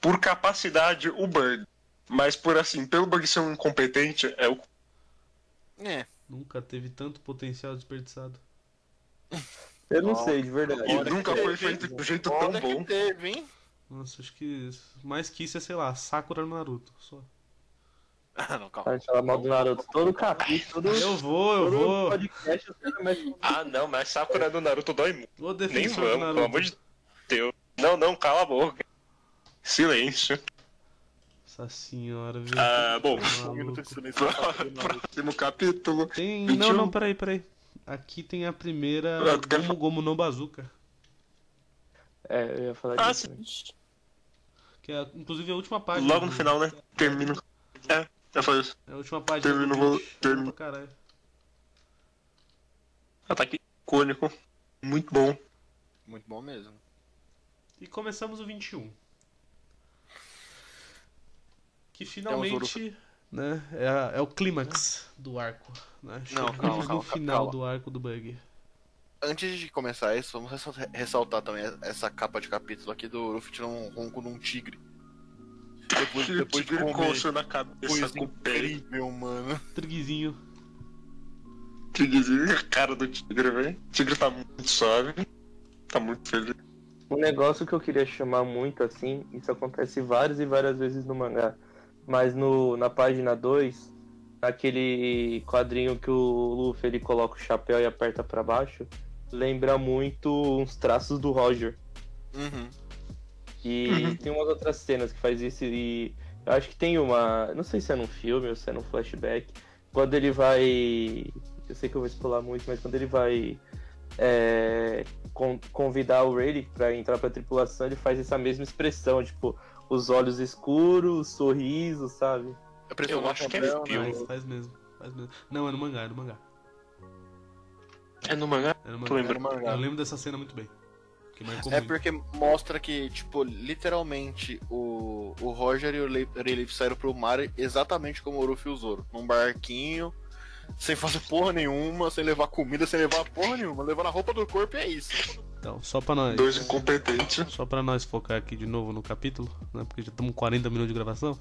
por capacidade, o Bird. Mas por assim, pelo bug ser um incompetente, é o
É.
Nunca teve tanto potencial desperdiçado.
Eu não
Não.
sei, de verdade.
E
Olha
nunca
que
foi
teve,
feito de um jeito tão
Olha
bom.
que teve, hein?
Nossa, acho que mais que isso é, sei lá, Sakura no Naruto. Só.
(laughs) Ah, não, calma.
A gente fala mal do Naruto. Todo capítulo, todo,
Eu vou, eu
todo
vou.
podcast, os caras mexem
(laughs) Ah, não, mas Sakura do Naruto dói
(laughs)
muito.
O
Nem
defensor do
vamos,
Naruto.
pelo amor de Deus. Não, não, cala a boca. Silêncio.
Nossa senhora, viu?
Ah, bom. (laughs)
Tá
Um minuto
maluco.
de silêncio.
Próximo capítulo.
Tem.
Vinte e
Não,
um.
não, peraí, peraí. Aqui tem a primeira
Eu quero
Gomu Gomu no Bazooka.
É, eu ia falar
Ah,
disso. né?
Que é, inclusive, a última página.
Logo no
do-
final, né? Termina. É, já foi isso.
É a última página. do
Termina o vo-
Bleach.
termina.
Pra caralho.
Ataque icônico. Muito bom.
Muito bom mesmo.
E um. começamos o 21. Que
ouro.
finalmente né, é, a- é o clímax do arco. Né?
Não,
Chegamos
calma,
no
calma,
final
calma.
do arco do bug.
Antes de começar isso, vamos ressal- ressaltar também essa capa de capítulo aqui do Luffy tirando um ronco num tigre.
(laughs)
Depois, depois de
Tigre com
comer.
osso na cabeça
Coisa
com pele.
incrível, mano.
Triguizinho.
Tigrezinho. A cara do tigre, velho. O tigre tá muito suave. Tá muito feliz.
Um negócio que eu queria chamar muito assim, isso acontece várias e várias vezes no mangá, mas no, na página 2, naquele quadrinho que o Luffy ele coloca o chapéu e aperta pra baixo, lembra muito uns traços do Roger.
Uhum.
E tem umas outras cenas que faz isso e eu acho que tem uma, não sei se é num filme ou se é num flashback, quando ele vai, eu sei que eu vou explorar muito, mas quando ele vai é, con- convidar o Rayleigh pra entrar pra tripulação, ele faz essa mesma expressão, tipo, os olhos escuros, sorriso, sabe?
Eu, preciso
Eu acho que é
comprar,
filme.
né?
Faz, faz mesmo. Faz mesmo. Não, é no mangá, é no mangá.
É no mangá?
É no
Tu
mangá.
lembra?
Era mangá.
Eu lembro dessa cena muito bem. Que marcou
É
muito.
porque mostra que, tipo, literalmente o, o Roger e o Le- Relief saíram pro mar exatamente como o Uruf e o Zoro. Num barquinho, sem fazer porra nenhuma, sem levar comida, sem levar porra nenhuma. Levando a roupa do corpo e é isso.
Então, só pra nós.
Dois incompetentes.
Só pra nós focar aqui de novo no capítulo, né? Porque já estamos 40 minutos de gravação.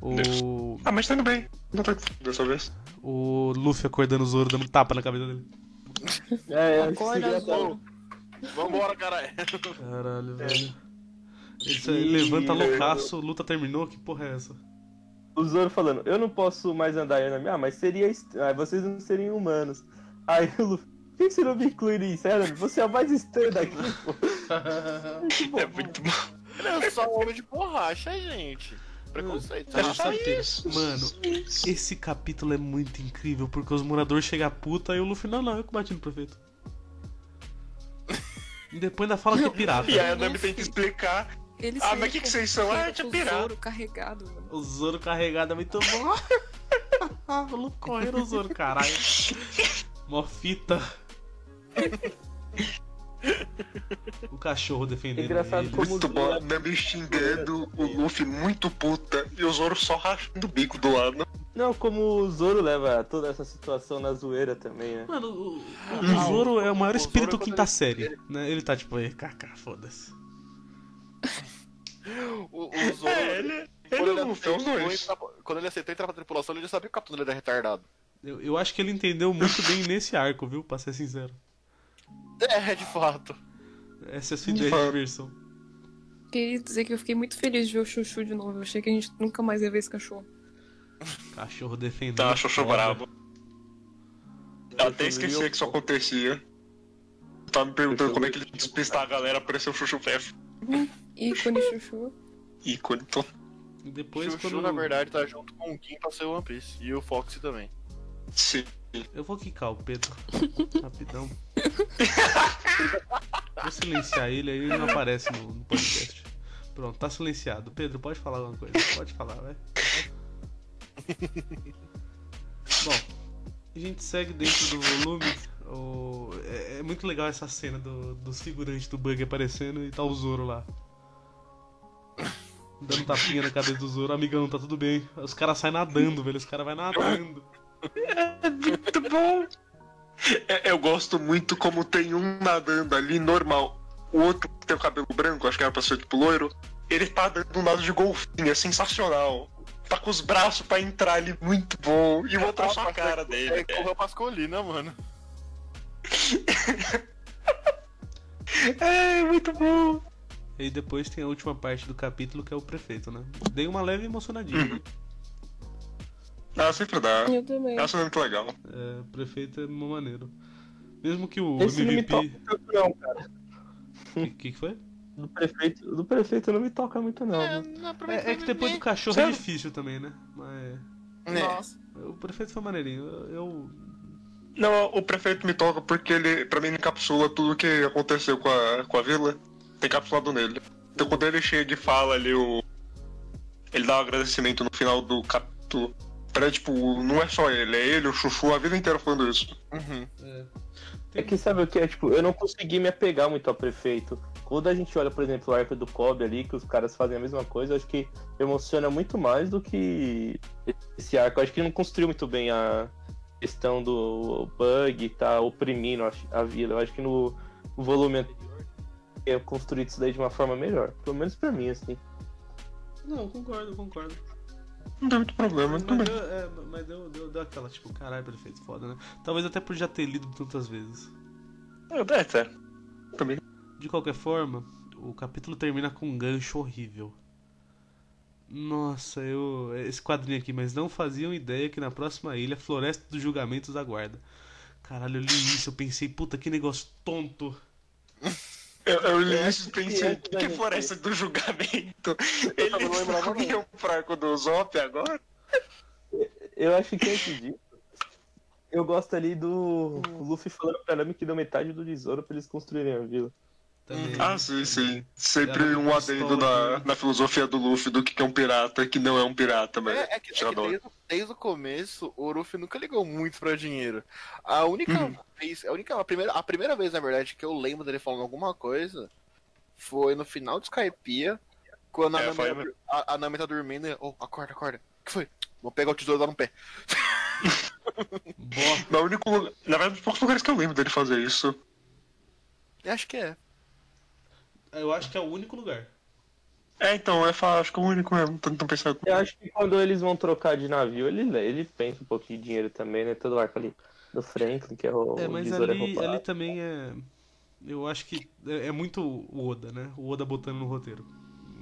O,
Ah, mas tá indo bem. Não tá dessa vez.
o Luffy acordando o Zoro dando tapa na cabeça dele.
É, é
Acorda, Zoro.
(laughs)
Vambora, caralho.
Caralho, velho. Ele só- ele
E-
levanta loucaço, luta terminou, que porra é essa?
O Zoro falando, eu não posso mais andar na minha, ah, mas seria. est- Ah, vocês não seriam humanos. Aí o Luffy, por que você não me inclui nisso? É, você é o mais estranho daqui, pô.
É muito bom.
Ele é só um homem de borracha, gente. Preconceito.
É
Não,
Tá?
sabe o que? Mano, esse capítulo é muito incrível, porque os moradores chegam a puta e o Luffy, não, não, eu que bati no prefeito. E depois ainda fala que é pirata.
E aí a Nami tem que explicar
Ele
Ah,
saiu
mas que que
com-
vocês são? Ah,
com
tinha
o
pirata.
Zoro carregado, mano.
O Zoro carregado é muito bom. (laughs) o Luffy correndo o Zoro, caralho. Mó fita. O cachorro defendendo
Engraçado
ele.
como-
Muito bom, a Nami xingando, o Luffy muito puta e o Zoro só rachando o bico do lado.
Não, como o Zoro leva toda essa situação na zoeira também, né?
Mano, o, o- o Zoro é o maior
O Zoro,
espírito
quando
quinta
ele-
série, né? Ele tá tipo, aí, kaká, foda-se.
O, o Zoro.
ele,
quando, É, ele um
é os
aceitou,
dois.
entrar, pra- quando ele aceitou entrar pra tripulação, ele já sabia que o capitão dele era retardado.
Eu, eu acho que ele entendeu muito bem nesse arco, viu? Pra ser sincero.
É, de fato.
Essa é a sua ideia de
fato.
diversão.
Queria dizer que eu fiquei muito feliz de ver o Chuchu de novo. Eu achei que a gente nunca mais ia ver esse cachorro.
Cachorro defendendo.
Tá, Xoxo
foda.
brabo. Eu até esqueci que isso acontecia. Tava me perguntando como é que ele despistar a galera, apareceu o Chuchu Pef.
Ícone é Chuchu.
Ícone, então.
E
O
Depois,
Chuchu,
quando...
na verdade, tá junto com o Kim pra ser o One Piece. E o Foxy também.
Sim.
Eu vou quicar o Pedro. Rapidão. Vou silenciar ele, aí ele não aparece no, no podcast. Pronto, tá silenciado. Pedro, pode falar alguma coisa? Pode falar, vai. Bom, a gente segue dentro do volume. O- É, é muito legal essa cena do, do segurante do bug aparecendo e tá o Zoro lá. Dando tapinha na cabeça do Zoro, amigão, tá tudo bem. Os caras saem nadando, velho. Os caras vai nadando.
É Muito bom. É, eu gosto muito como tem um nadando ali normal, o outro que tem o cabelo branco, acho que era pra ser tipo loiro, ele tá dando um nado de golfinho, é sensacional. Tá com os braços pra entrar ali, muito bom. E o outro só a cara
É,
dele. né?
correu pras colinas, mano.
É, muito bom.
E aí depois tem a última parte do capítulo que é o prefeito, né? Dei uma leve emocionadinha. né?
Ah, sempre dá.
(laughs) Eu também.
Essa é muito legal.
É, o prefeito é uma maneiro. Mesmo que o
Esse não me toca
MVP.
muito não, cara.
O que, que foi?
Do prefeito, do prefeito não me toca muito não. mano.
É, é que depois do cachorro é difícil também, né? Mas. é,
Nossa.
O prefeito foi maneirinho. Eu. eu-
Não, o prefeito me toca porque ele, pra mim, ele encapsula tudo o que aconteceu com a, com a vila. Tem encapsulado nele. Então quando ele chega e fala ali o. Ele dá um agradecimento no final do capítulo. Pra, tipo, não é só ele, é ele, o Chuchu, a vida inteira falando isso.
Uhum.
É que sabe o que é? Tipo, eu não consegui me apegar muito ao prefeito. Quando a gente olha, por exemplo, o arco do Kobe ali, que os caras fazem a mesma coisa, eu acho que emociona muito mais do que esse arco. Eu acho que não construiu muito bem a questão do bug tá oprimindo a, a vila. Eu acho que no volume anterior é construído isso daí de uma forma melhor. Pelo menos pra mim, assim.
Não, concordo, concordo.
Não tem muito problema,
Mas,
também.
deu, é, mas deu, deu, deu aquela, tipo, caralho, prefeito, foda, né? Talvez até por já ter lido tantas vezes.
É, sério. Também.
De qualquer forma, o capítulo termina com um gancho horrível. Nossa, eu. Esse quadrinho aqui, mas não faziam ideia que na próxima ilha, Floresta dos Julgamentos aguarda. Caralho, eu li isso, eu pensei, puta, que negócio tonto.
Eu, eu li isso e
é,
pensei, que, que
né,
floresta do julgamento?
não
(laughs) Eles
lembrava,
não
não.
iam pro arco é um do Zop agora?
Eu acho que antes disso, eu gosto ali do Luffy falando pra Nami que deu metade do tesouro pra eles construírem a vila.
Também.
Ah, sim, sim. Sempre
Era
um adendo
pistola,
na,
né?
na filosofia do Luffy do que é um pirata, que não é um pirata, mas.
É, é que, é que
Tirador.
desde, desde o começo, o Ruffy nunca ligou muito pra dinheiro. A única vez, a única, a primeira, a primeira vez, na verdade, que eu lembro dele falando alguma coisa foi no final de Skypiea, quando a,
É,
Nami,
foi
era-
mesmo.
a, a Nami tá dormindo e, oh, acorda, acorda. O que foi? Vou pegar o tesouro e dar no pé.
Bó,
Na, É único, lugar- na verdade, dos poucos lugares que eu lembro dele fazer isso.
Eu acho que é.
eu acho que é o único lugar.
É, então, é, fa- acho que é o único mesmo, tô tentando pensar.
Eu acho que quando eles vão trocar de navio, ele, ele pensa um pouquinho de dinheiro também, né? Todo o arco ali do Franklin, que é o
É,
o
mas
tesouro é
ali,
roubado.
ali também é. Eu acho que é, é muito o Oda, né? O Oda botando no roteiro.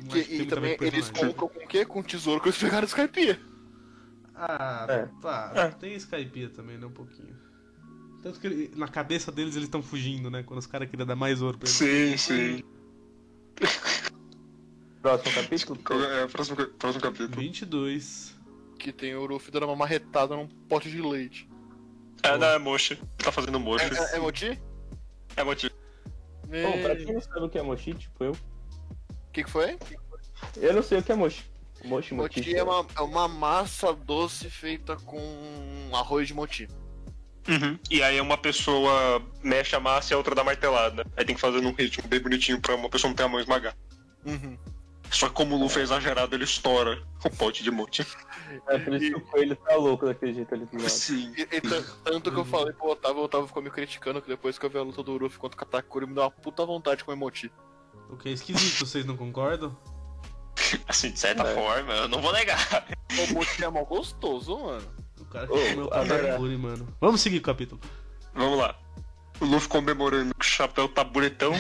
Não
Que- tá
acho que tem
e
muito a ver
também
com o
eles
personagem.
colocam com o quê? Com o tesouro que eles pegaram do Skypiea.
Ah,
É.
tá.
É.
Tem Skypiea também, né? Um pouquinho. Tanto que ele- na cabeça deles eles estão fugindo, né? Quando os caras queriam dar mais ouro pra eles.
Sim, sim.
Próximo capítulo?
Qual É, próximo, ca- próximo capítulo.
22.
Que tem o Ruffy dando uma marretada num pote de leite.
É, não, é Moshi. Tá fazendo Moshi.
É, é, é Moti?
É Mochi.
Bom, pra
E-
quem não sabe o que é mochi, tipo eu.
Que que foi?
Eu não sei o que é mochi. Mochi, mochi.
Moti é uma, é uma massa doce feita com arroz de moti.
Uhum. E aí uma pessoa mexe a massa e a outra dá martelada. Aí tem que fazer num ritmo bem bonitinho pra uma pessoa não ter a mão esmagar.
Uhum.
Só que como o Luffy é exagerado, ele estoura o pote de monte.
É por isso que o coelho tá louco daquele jeito ali do lado.
Sim.
E- e tan- tanto que eu falei pro Otávio, o Otávio ficou me criticando que depois que eu vi a luta do Uruf contra o Katakuri, me deu uma puta vontade de comer moti.
O que é esquisito, vocês não concordam?
Assim, de certa
É.
forma, eu não vou negar.
O moti é mal gostoso, mano.
O cara que
Ô,
comeu o
agora-
Katakuri, mano. Vamos seguir o capítulo.
Vamos lá. O Luffy comemorando com o chapéu
(laughs)
taburetão,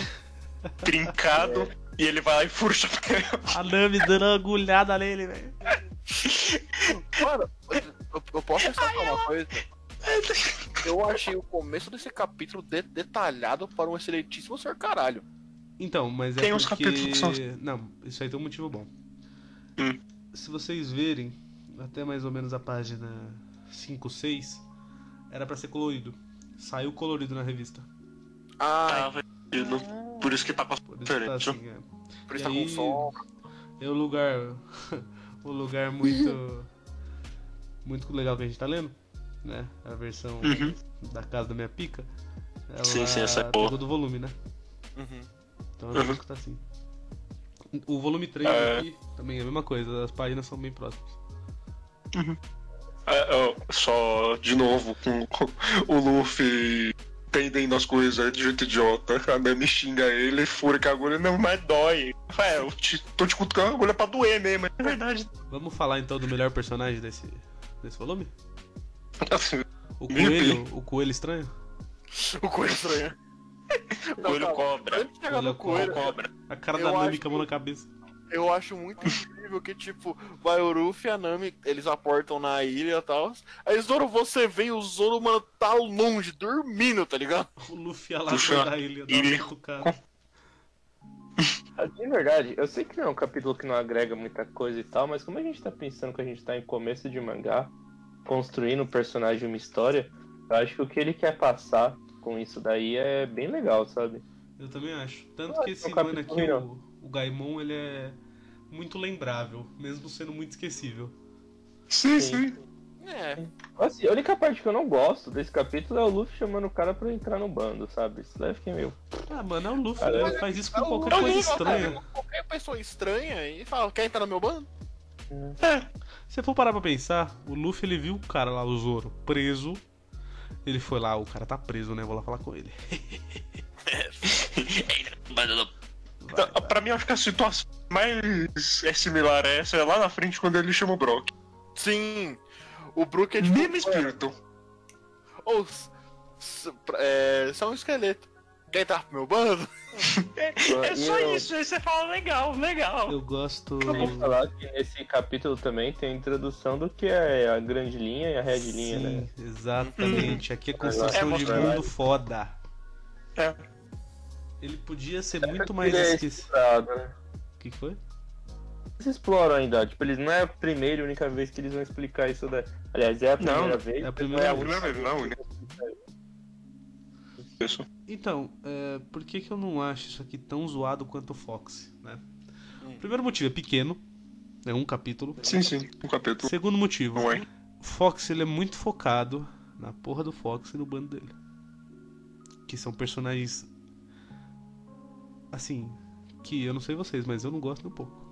trincado, e ele vai lá e fura o chapéu.
A Nami dando uma agulhada nele, velho.
Mano, eu, eu posso destacar uma coisa? Eu achei o começo desse capítulo de- detalhado para um excelentíssimo senhor caralho.
Então, mas é
Tem uns
porque...
capítulos que são-
Não, isso aí tem um motivo bom.
Hum.
Se vocês verem, até mais ou menos a página 5, 6, era pra ser colorido. Saiu colorido na revista.
Ah,
Por isso que tá com as
Por isso que tá
Diferente.
assim, é. E
por isso tá
aí-
com som.
É um lugar... (laughs) um lugar muito... (laughs) muito legal que a gente tá lendo, né? A versão
Uhum.
da casa da minha pica. Ela
Sim, sim, essa é
pegou
boa.
do volume, né?
Uhum.
Então é
Uhum.
que tá assim. O volume 3
É.
aqui também é a mesma coisa, as páginas são bem próximas.
Ah, ó, só de novo com o Luffy tendendo as coisas de jeito idiota. A Nami xinga ele, fura com a agulha, não, mas dói. É, eu te- tô te cutucando a agulha pra doer mesmo, é verdade.
Vamos falar então do melhor personagem desse, desse volume?
Assim,
O
Ih,
coelho, o coelho estranho?
(laughs) O coelho estranho.
Coelho cobra.
Antes de chegar no
Olha,
coelho,
Cobra.
A cara
Eu
da Nami
acho
com a mão na cabeça.
Eu acho muito incrível que, tipo, vai o Ruffy e a Nami, eles aportam na ilha e tal. Aí Zoro, você vem, o Zoro, mano, tá longe, dormindo, tá ligado?
O Luffy ia lá
Puxa,
acordar ele, dá
ele-
uma cutucada.
Ah, De verdade, eu sei que não é um capítulo que não agrega muita coisa e tal, mas como a gente tá pensando que a gente tá em começo de mangá, construindo um personagem e uma história, eu acho que o que ele quer passar com isso daí é bem legal, sabe?
Eu também acho. Tanto
Eu
que esse
acho um
mano
capítulo
aqui,
melhor.
o, o Gaimon, ele é muito lembrável, mesmo sendo muito esquecível.
Sim,
Sim.
sim.
É,
Assim, a única parte que eu não gosto desse capítulo é o Luffy chamando o cara pra entrar no bando, sabe? Isso daí eu fiquei meio.
Ah, mano, é o Luffy,
Cara,
né?
eu-
Ele faz isso com
eu-
qualquer
eu-
né?
coisa
eu-
estranha.
qualquer pessoa estranha e fala, quer entrar no meu bando?
Se você for parar pra pensar, o Luffy ele viu o cara lá, o Zoro, preso. Ele foi lá, o cara tá preso, né? Vou lá falar com ele.
Então, pra mim, acho que a situação mais é similar a essa é lá na frente quando ele chama o Brock.
Sim. O Brook é tipo,
Mesmo espírito.
ou, s- s- pra- é, só um esqueleto. Quer entrar pro meu bando? (laughs)
É
aí você fala legal, legal.
Eu gosto.
Eu vou falar que nesse capítulo também tem a introdução do que é a grande linha e a red linha,
Sim,
né? Uhum.
Exatamente. Aqui é
É,
construção de
mostra-
mundo foda.
É.
Ele podia ser muito mais
Ele é
esquecido.
explorado, né?
O que que foi?
Eles exploram ainda, tipo, eles não é a primeira e única vez que eles vão explicar isso daí. Aliás, é a primeira
Não,
vez.
é a
mas
primeira
não
vez.
única
Primeira vez, não,
que
né?
eles vão explicar isso.
Isso.
Então, é, por que, que eu não acho isso aqui tão zoado quanto o Fox, né?
Hum.
Primeiro motivo, é pequeno. É um capítulo.
Sim, sim. Um capítulo.
Segundo motivo,
Não é?
Fox ele é muito focado na porra do Fox e no bando dele. Que são personagens. Assim. Que eu não sei vocês, mas eu não gosto nem um pouco.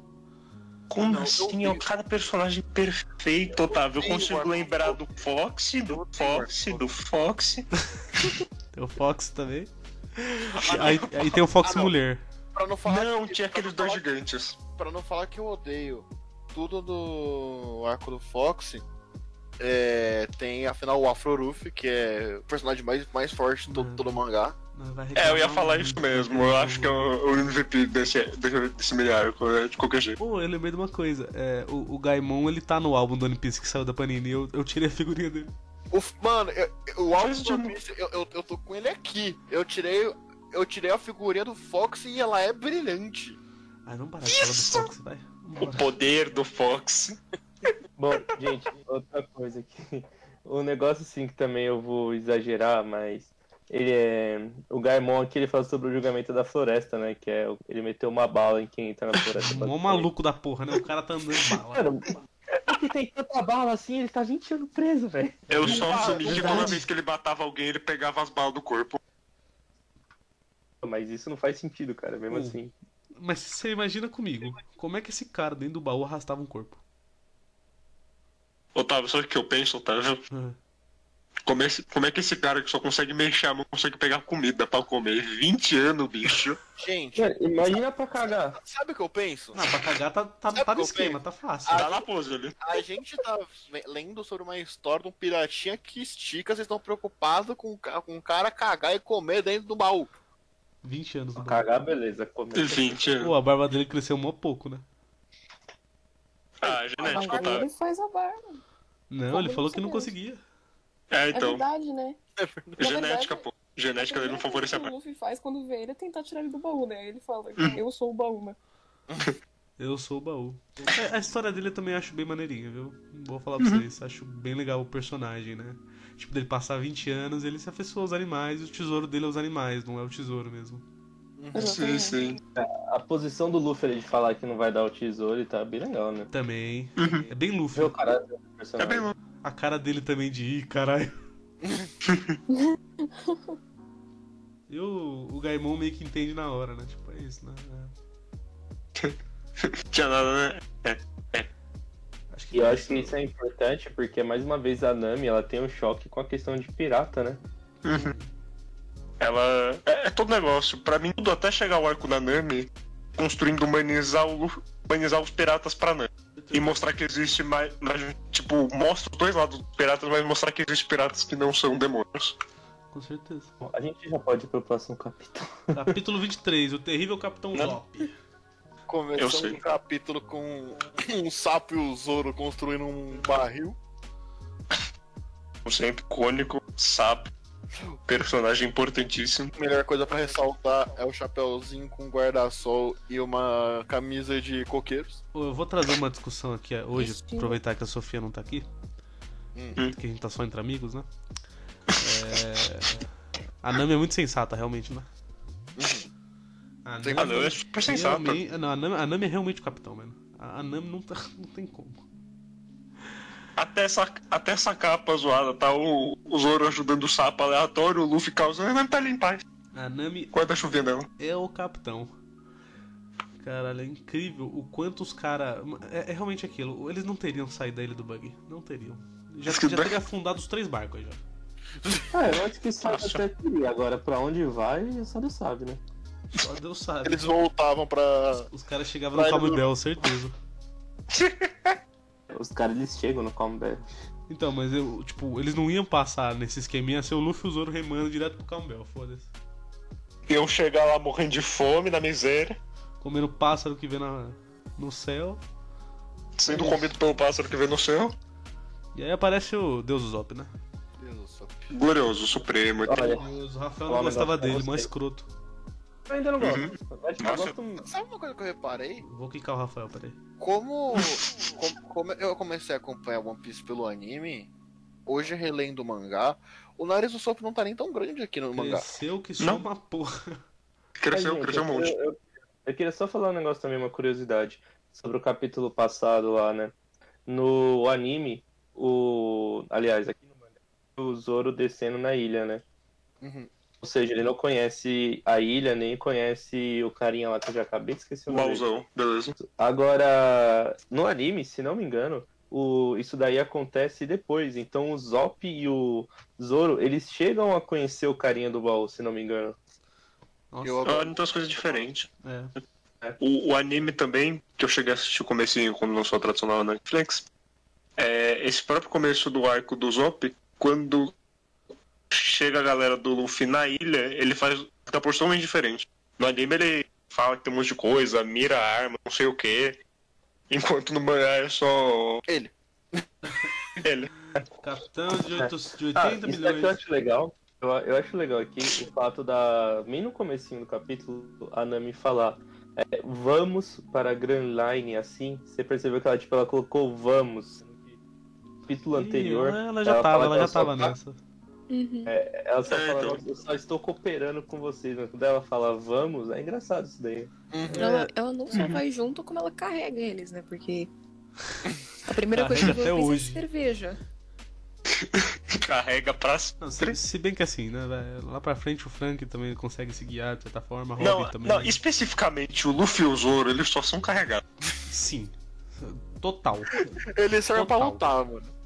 Como
Não, eu
assim?
vi.
É cada personagem perfeito, Otávio. Eu
vi o
consigo
Arthur.
lembrar do Fox, do Fox, do Fox.
Tem o Fox também. Aí, aí tem o Fox
Ah, não.
mulher.
Pra não falar
Não,
que-
tinha
pra
aqueles
não
dois
falar-
gigantes.
Pra não falar que eu odeio tudo do arco do Fox, é, tem afinal o Afro Ruffy, que é o personagem mais, mais forte de
Uhum.
todo, todo o mangá.
Não, vai
É,
reclamar
eu ia falar
muito,
isso
vai
mesmo. Eu
reclamar
acho que é
muito.
o o MVP desse, desse, desse meio arco, né, de qualquer jeito.
Pô, eu lembrei de uma coisa. É, o, o Gaimon, ele tá no álbum do One Piece que saiu da Panini. Eu, eu tirei a figurinha dele.
O, f- mano, eu- eu- o Alves
Faz de-
eu, eu, eu tô com ele aqui. Eu tirei, eu tirei a figurinha do Fox e ela é brilhante.
Ah, vamos parar de falar do Fox, vai.
O
Vambora.
poder do Fox.
Bom, gente, outra coisa aqui. O negócio, assim, que também eu vou exagerar, mas. Ele é. O Gaimon aqui ele fala sobre o julgamento da floresta, né? Que é. o- Ele meteu uma bala em quem entra na floresta.
Mó maluco da porra, né? O cara tá andando bala.
Cara, que tem tanta bala assim? Ele tá 20 anos preso, velho.
Eu só assumi que toda
verdade.
vez que ele matava alguém, ele pegava as balas do corpo.
Mas isso não faz sentido, cara, mesmo
Hum.
assim.
Mas você imagina comigo, como é que esse cara dentro do baú arrastava um corpo?
Otávio, sabe o que eu penso, Otávio?
Ah.
Como é, esse- como é que esse cara que só consegue mexer a mão consegue pegar comida pra comer? 20 anos, (laughs) bicho.
Gente,
Cara, imagina pra cagar.
sabe o que eu penso?
Não, pra cagar tá, tá,
Sabe
tá no
qual
esquema, tá fácil.
Tá na pose ali.
A gente tá ve- lendo sobre uma história de um piratinha que estica, vocês estão preocupados com, o ca- com o cara cagar e comer dentro do baú.
20 anos no baú.
Cagar, beleza. Comer.
20 anos.
Pô, a barba dele cresceu mó pouco, né?
Ah,
A
genético,
barba
Otávio.
dele faz a barba.
Não,
Como
ele falou
você
que não
mesmo.
conseguia.
É,
É
então.
verdade, né? verdade-
Genética, pô. Genética dele não favorece a
O
barba. Hum.
Luffy faz quando vê ele é tentar tirar ele do baú, né? Aí Ele fala, eu sou o baú, né?
Eu sou o baú. É, A história dele eu também acho bem maneirinha, viu? Vou falar
Uhum.
pra vocês. Acho bem legal o personagem, né? Tipo, dele passar 20 anos, ele se afeiçoou aos animais, e o tesouro dele é os animais, não é o tesouro mesmo.
(laughs) Sim, sim.
A posição do Luffy ele de falar que não vai dar o tesouro e tá bem legal, né?
Também. É bem Luffy.
Meu caralho, é um
É bem
personagem.
louco.
A cara dele também de ih,
(laughs)
caralho. e o, o Gaimon meio que entende na hora, né? Tipo, é isso, né? É.
Tinha nada, né?
Acho
E eu acho que isso é importante porque, mais uma vez, a Nami ela tem um choque com a questão de pirata, né?
Ela. É, é todo negócio. Pra mim, tudo até chegar ao arco da Nami, construindo humanizar, o, Luffy- humanizar os piratas pra Nami. E mostrar que existe mais. mais- Tipo, mostra os dois lados dos piratas, mas mostrar que existe piratas que não são demônios.
Com certeza.
A gente já pode ir pro próximo capítulo.
Capítulo 23, o terrível Capitão
Não.
Zop.
Eu
Começamos
sei.
um capítulo com um sapo e o Zoro construindo um barril.
Como sempre, icônico, sapo, personagem importantíssimo.
A melhor coisa pra ressaltar é o chapéuzinho com guarda-sol e uma camisa de coqueiros.
Pô, Eu vou trazer uma discussão aqui eh, hoje,
Isso.
aproveitar que a Sofia não tá aqui.
Hum.
Que a gente tá só entre amigos, né? É... A Nami é muito sensata, realmente, né? A
Tem
Ah, não, é super sensato.
realmente- não, a Nami, a Nami é realmente o capitão, mano. A a Nami não, tá- (laughs) não tem como.
Até essa, até essa capa zoada, tá? O, o Zoro ajudando o sapo aleatório, o Luffy causando. Não tá limpar.
A Nami
Guarda a chuvinha dela.
é o capitão. Caralho, é incrível o quanto os caras. É, é realmente aquilo. Eles não teriam saído da ilha do bug. Não teriam. Já, já teria afundado os três barcos aí já.
(laughs) Ah, eu acho que isso
Nossa.
até queria. Agora, pra onde vai, só Deus sabe, né?
Só Deus sabe.
Eles voltavam pra.
Os caras chegavam
Vai,
no Cabo
Dudu.
Bell, certeza.
Os caras, eles chegam no comeback.
Então, mas eu, tipo, eles não iam passar nesse esqueminha se o Luffy e o Zoro remando direto pro Cabo Bell, foda-se.
Eu chegar lá morrendo de fome, na miséria,
Comendo pássaro que vê na, no céu.
sendo comido pelo pássaro que vem no céu.
E aí aparece o Deus Zop, né?
Deus do céu.
Glorioso, supremo.
Olha,
Deus, o Rafael
Fala
não gostava
um negócio pra
dele,
você.
mó escroto.
eu ainda não gosto. Eu acho que eu
Nossa.
gosto muito.
Sabe uma coisa que eu reparei?
Vou quicar o Rafael, peraí.
Como, como, como eu comecei a acompanhar One Piece pelo anime, hoje relendo o mangá, o nariz do Sop não tá nem tão grande aqui no mangá.
Cresceu que só
Não.
uma porra.
Cresceu,
Mas, gente,
cresceu um monte.
Eu, eu- eu queria só falar um negócio também, uma curiosidade, sobre o capítulo passado lá, né? No anime, o. Aliás, aqui no mangá, o Zoro descendo na ilha, né?
Uhum.
Ou seja, ele não conhece a ilha, nem conhece o carinha lá que eu já acabei de esquecer o nome. dele.
Lauzão, beleza.
Agora, no anime, se não me engano, o... isso daí acontece depois. Então o Zop e o Zoro, eles chegam a conhecer o carinha do baú, se não me engano.
Nossa,
Eu,
Ah, então as coisas diferentes.
é.
O, o anime também, que eu cheguei a assistir o comecinho quando lançou a tradicional na Netflix, é esse próprio começo do arco do Zop, quando chega a galera do Luffy na ilha, ele faz da porção bem diferente. No anime ele fala que tem um monte de coisa, mira a arma, não sei o que. Enquanto no mangá é só.
Ele.
ele.
Capitão de, oito- de 80
Ah, isso daqui eu
milhões.
acho legal. Eu, eu acho legal aqui o fato da. Bem no comecinho do capítulo, a Nami falar. é, vamos para a Grand Line assim. Você percebeu que ela, tipo, ela colocou vamos. No capítulo anterior.
Ih, ela já tava,
fala
ela
que
já
só
tava
tá-
nessa.
Ela só
É,
fala,
então.
"Nossa, eu só estou cooperando com vocês. né? Quando ela fala vamos, é engraçado isso daí.
É. Uhum.
Ela, ela não só vai junto, como ela carrega eles, né? Porque A primeira
Carrega
coisa que eu
até
vou pensar
hoje.
é cerveja.
Carrega pra.
Não, se, se bem que assim, né? vai- Lá pra frente o Frank também consegue se guiar de certa forma, Robin
Não,
também. né?
não, especificamente o Luffy e o Zoro, eles só são carregados.
Sim. Total.
Ele serve pra
Total.
lutar, mano.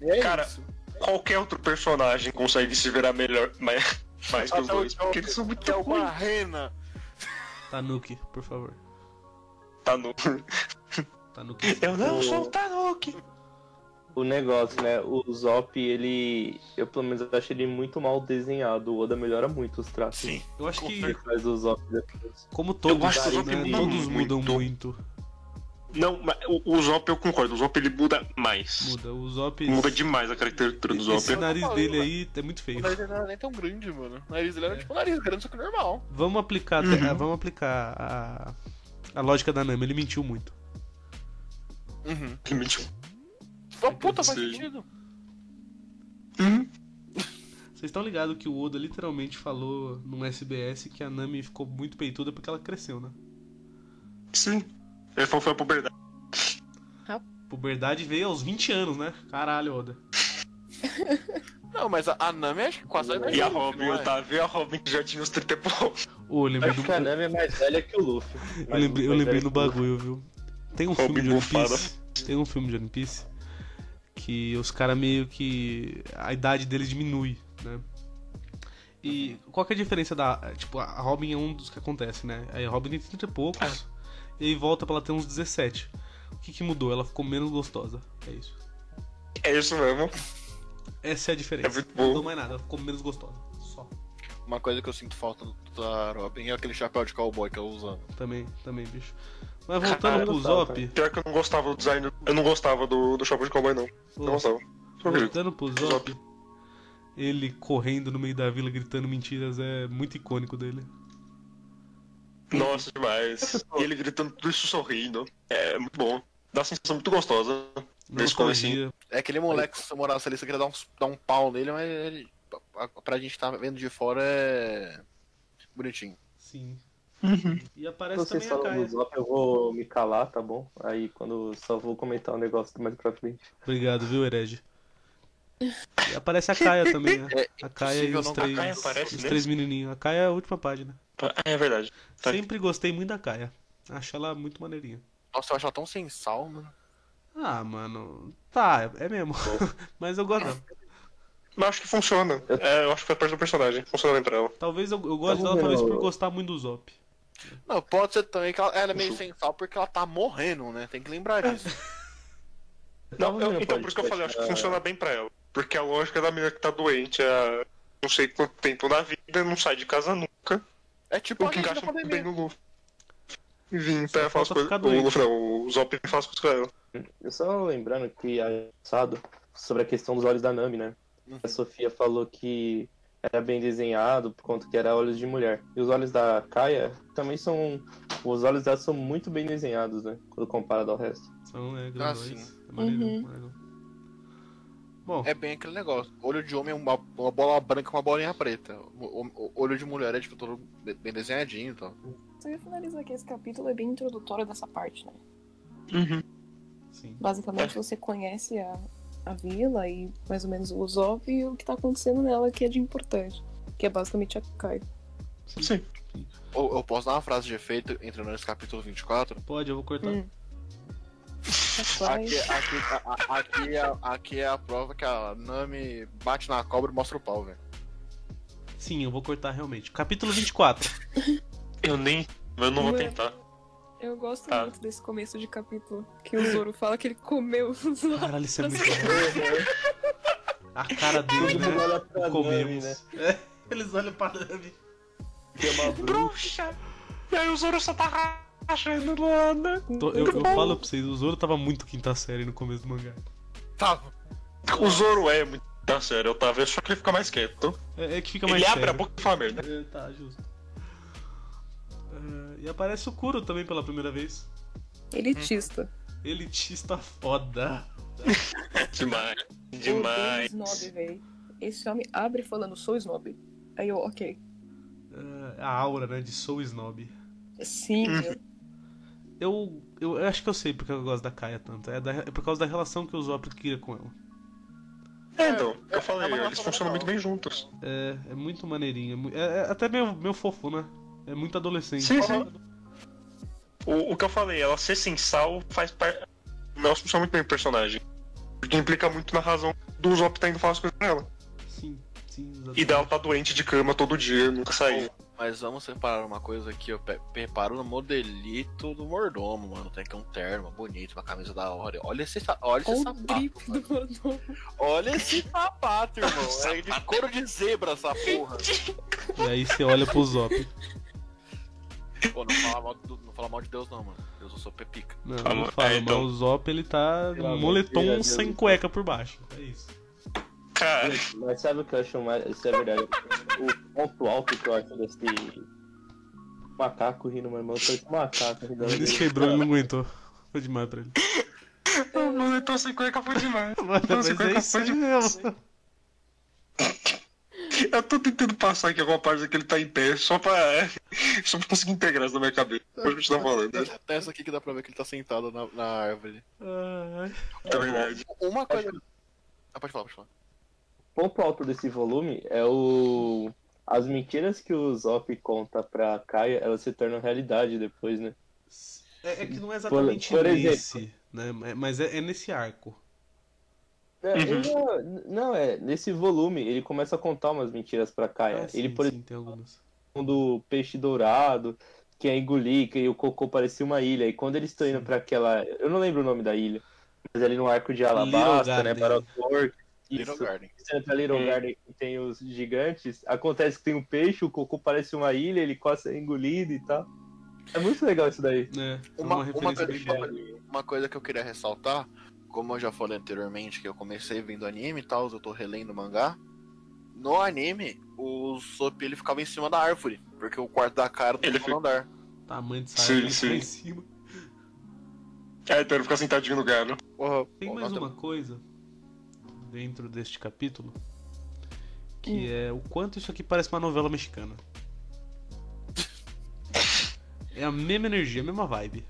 E é
Cara,
isso.
Qualquer outro personagem consegue se virar melhor, (laughs) mais, mais que os
Até o
dois, porque eles são muito
até o
ruins.
Barrena.
(laughs) Tanuki, por favor.
Tá no...
Tanuki.
Eu não
O-
sou o Tanuki.
O negócio, né? O Zop, ele. Eu pelo menos acho ele muito mal desenhado. O Oda melhora muito os traços.
Sim.
Eu acho que,
Ele faz o Zop depois.
como todos,
Eu acho que o
né,
Zop muda
todos mudam
muito.
muito.
Não, mas o, o Zop eu concordo, o Zop ele muda mais. Muda,
Muda. O Zop.
demais a característica do Zop.
Esse nariz
falando,
dele
mano.
aí é muito feio.
O nariz dele não era nem tão grande, mano. O nariz
É.
dele era tipo um nariz grande, só que normal.
Vamos aplicar, até-
Uhum.
ah, vamos aplicar a, a lógica da Nami. Ele mentiu muito.
Uhum.
Realmente.
Tipo, puta, faz
Sim.
sentido.
Hum,
Vocês estão ligados que o Oda literalmente falou num SBS que a Nami ficou muito peituda porque ela cresceu, né?
sim. Ele falou que foi a puberdade.
Puberdade veio aos 20 anos, né? Caralho, Oda.
Não, mas a, a Nami acho que quase é a
E a Robin, tá. o Otávio e a Robin que já tinha os 30 e poucos.
Ô, eu lembrei um
Acho
do,
que a Nami é mais velha que o Luffy.
eu
Mas é
lembrei, eu
mais
lembrei
velha
do
que o Luffy.
bagulho, viu? Tem um
Robin
filme de One
bufada.
Piece. Tem um filme de One Piece que os caras meio que. a idade deles diminui, né? E qual que é a diferença da. Tipo, a Robin é um dos que acontece, né? Aí a Robin tem 30 e poucos. E aí volta pra ela ter uns 17. O que, que mudou? Ela ficou menos gostosa. É isso.
É isso mesmo.
Essa é a diferença.
É muito bom.
não mudou mais nada, ela ficou menos gostosa. Só.
Uma coisa que eu sinto falta da Robin é aquele chapéu de cowboy que ela usando.
Também, também, bicho. Mas voltando
Caralho,
pro
tá,
Zop.
Pior que eu não gostava do design. Eu não gostava do, do Chapéu de Cowboy, não. Não gostava. Só acredito.
Voltando pro Zop, ele correndo no meio da vila gritando mentiras é muito icônico dele.
Nossa, demais. E ele gritando tudo isso sorrindo. É muito bom. Dá uma sensação muito gostosa. Nesse comecinho.
Nostalgia.
É aquele moleque que se eu morasse ali, você queria dar um, dar um pau nele, mas ele, pra, pra gente tá vendo de fora é. bonitinho.
Sim.
Uhum.
E aparece
Então, Vocês
também a
é
falam do
Kaia.
Zop, eu vou me calar, tá bom? Aí quando só vou comentar um negócio mais pra frente.
Obrigado, viu, Herege? E aparece a Kaia também, né?
É
A Kaia e
impossível
os
não-
três,
A Kaia aparece
os
nele?
três menininhos. A Kaia é a última página.
Ah, É verdade. Tá.
Sempre gostei muito da Kaia. Acho ela muito maneirinha.
Nossa, eu acho ela tão sem sal, né? mano.
Ah, mano. Tá, é- é mesmo. (laughs) Mas eu gosto dela.
Mas acho que funciona. É, eu acho que faz parte do personagem. Funciona bem pra ela.
Talvez eu, eu goste
Tá bom,
dela, talvez por
meu.
gostar muito do Zop.
Não, pode ser também que ela, ela é meio
Uhum.
sem sal porque ela tá morrendo, né? Tem que lembrar disso.
Não,
Tava
eu-
É,
vendo
então,
o
por isso que eu falei, eu acho que
podcast da-
funciona bem pra ela. Porque a lógica da menina que tá doente é não sei quanto tempo na vida, não sai de casa nunca. (laughs)
É tipo
O
a
que
gente na
encaixa muito bem
pandemia.
no Luffy. Enfim,
Só
pra falar as
falta
coisas.
ficar
O
doente.
Luffy não, o Zop faz as coisas pra ela.
Eu só lembrando que ano passado, sobre a questão dos olhos da Nami, né?
Uhum.
A Sofia falou que era bem desenhado, por conta que era olhos de mulher. E os olhos da Kaia também são. Os olhos dela são muito bem desenhados, né? Quando comparado ao resto.
São é,
Ah,
grandões.
sim.
É maneiro,
Uhum.
maneiro. Bom,
É bem aquele negócio. Olho de homem é uma, uma bola branca e uma bolinha preta. O, o- o olho de mulher é tipo todo be- bem desenhadinho e tal.
Só ia finalizar que esse capítulo é bem introdutório dessa parte, né?
Uhum. sim.
Basicamente você conhece a, a vila e mais ou menos o Usopp e o que tá acontecendo nela que é de importante. Que é basicamente a Kai.
Sim.
Ou eu posso dar uma frase de efeito entrando nesse capítulo 24?
Pode, eu vou cortar.
Hum. A Kai
Aqui, aqui, a- a- aqui, é, aqui é a prova que a Nami bate na cobra e mostra o pau, velho.
Sim, eu vou cortar realmente. Capítulo 24.
Eu nem. Eu não vou
Não é.
tentar.
Eu gosto
Tá.
muito desse começo de capítulo. Que o (laughs) Zoro fala que ele comeu os Usopp.
Caralho, isso é muito bom. A cara dele,
Todo mundo
né?
olha pra Nami,
Comemos.
né?
É, eles olham pra Nami.
Que é uma bruxa.
Bruxa! E aí o Zoro só tá rachando Luana.
Tô- eu, eu falo pra vocês, o Zoro tava muito quinta série no começo do mangá.
Tá.
O Zoro é muito. Tá sério, eu tava só que ele fica mais quieto.
É, é que fica
Ele
mais
abre
sério.
a boca e fala merda.
É, tá, justo. É, e aparece o Kuro também pela primeira vez.
Elitista.
(laughs) Elitista foda.
Demais.
Hum, Odeio
Demais.
snob, velho. Esse homem abre falando, sou snob. Aí eu, ok.
É, a aura, né, de Soul Snob.
Hum. Sim, meu.
Eu, eu, eu acho que eu sei porque eu gosto da Kaia tanto. É, da- é por causa da relação que o Zop cria com ela.
É, então, eu falei,
uma
eles
relação
funcionam muito
legal.
bem juntos.
É, é muito maneirinho. É, mu- é- é até meio, meio fofo, né? É muito adolescente.
Sim, sim. O, o que eu falei, ela ser sem sal faz parte. Ela funciona muito bem o personagem. Porque implica muito na razão do Zop tá indo falar as coisas com ela.
Sim, sim,
E dela tá doente de cama todo dia, nunca saiu.
Mas vamos separar uma coisa aqui, ó. Pe- Repara no modelito do mordomo, mano. Tem aqui um terno bonito, uma camisa da hora. Olha esse, sa- olha esse
Olha o
sapato.
drip
mano.
do Rodolfo.
Olha esse sapato, (laughs) irmão. É de couro de zebra essa porra.
E aí você olha pro Zop.
Pô, não fala mal, do- não fala mal de Deus, não, mano. Deus eu sou pepica.
Não,
Tá
não
bom.
fala,
É, então.
mas o Zop ele tá
Pelo amor de
moletom
Deus,
sem
Deus.
cueca por baixo. É isso.
Cara,
Mas sabe o que eu acho mais. Isso é verdade. o ponto alto que eu acho desse macaco rindo, meu irmão. Parece um macaco rindo.
Ele quebrou, ele não aguentou. Foi demais pra ele.
o moletom sem cueca foi demais.
Mas é isso aí mesmo.
(laughs) Eu tô tentando passar aqui alguma parte que ele tá em pé, só pra. Só pra conseguir integrar isso na minha cabeça. O que a gente tá falando, né?
Até essa aqui que dá pra ver que ele tá sentado na, na árvore.
Ai,
É verdade.
Uma coisa. Ah, pode falar, pode falar.
O ponto alto desse volume é o. As mentiras que o Zop conta pra Kaia, elas se tornam realidade depois, né?
É, é que não é exatamente
por exemplo.
nesse, né? Mas é, é nesse arco. Uhum.
É, não, não, é. Nesse volume, ele começa a contar umas mentiras pra Kaia.
Ah, sim,
ele, por exemplo,
sim, tem algumas.
do peixe dourado, que é engolir, que o cocô parecia uma ilha. E quando eles estão indo pra aquela. Eu não lembro o nome da ilha, mas é ali no arco de Alabasta, né?
Garden.
Para o Thor,
Little
isso.
Garden.
Você entra ali no
Hum.
Garden que tem os gigantes, acontece que tem um peixe, o cocô parece uma ilha, ele quase é engolido e tal. É muito legal isso daí.
É, é uma
Uma, uma,
referência
coisa,
bem boa.
uma coisa que eu queria ressaltar, como eu já falei anteriormente, que eu comecei vendo anime e tal, eu tô relendo mangá. No anime, o Sop ele ficava em cima da árvore, porque o quarto da cara
Ele
do segundo andar.
Tamanho de
Sim,
saia ele
sim.
tá em cima.
É, então ele fica sentadinho no galho.
Porra,
Tem
pô,
mais
nós
uma coisa dentro deste capítulo
Hum.
que é o quanto isso aqui parece uma novela
(laughs)
mexicana. É a mesma energia, a mesma vibe.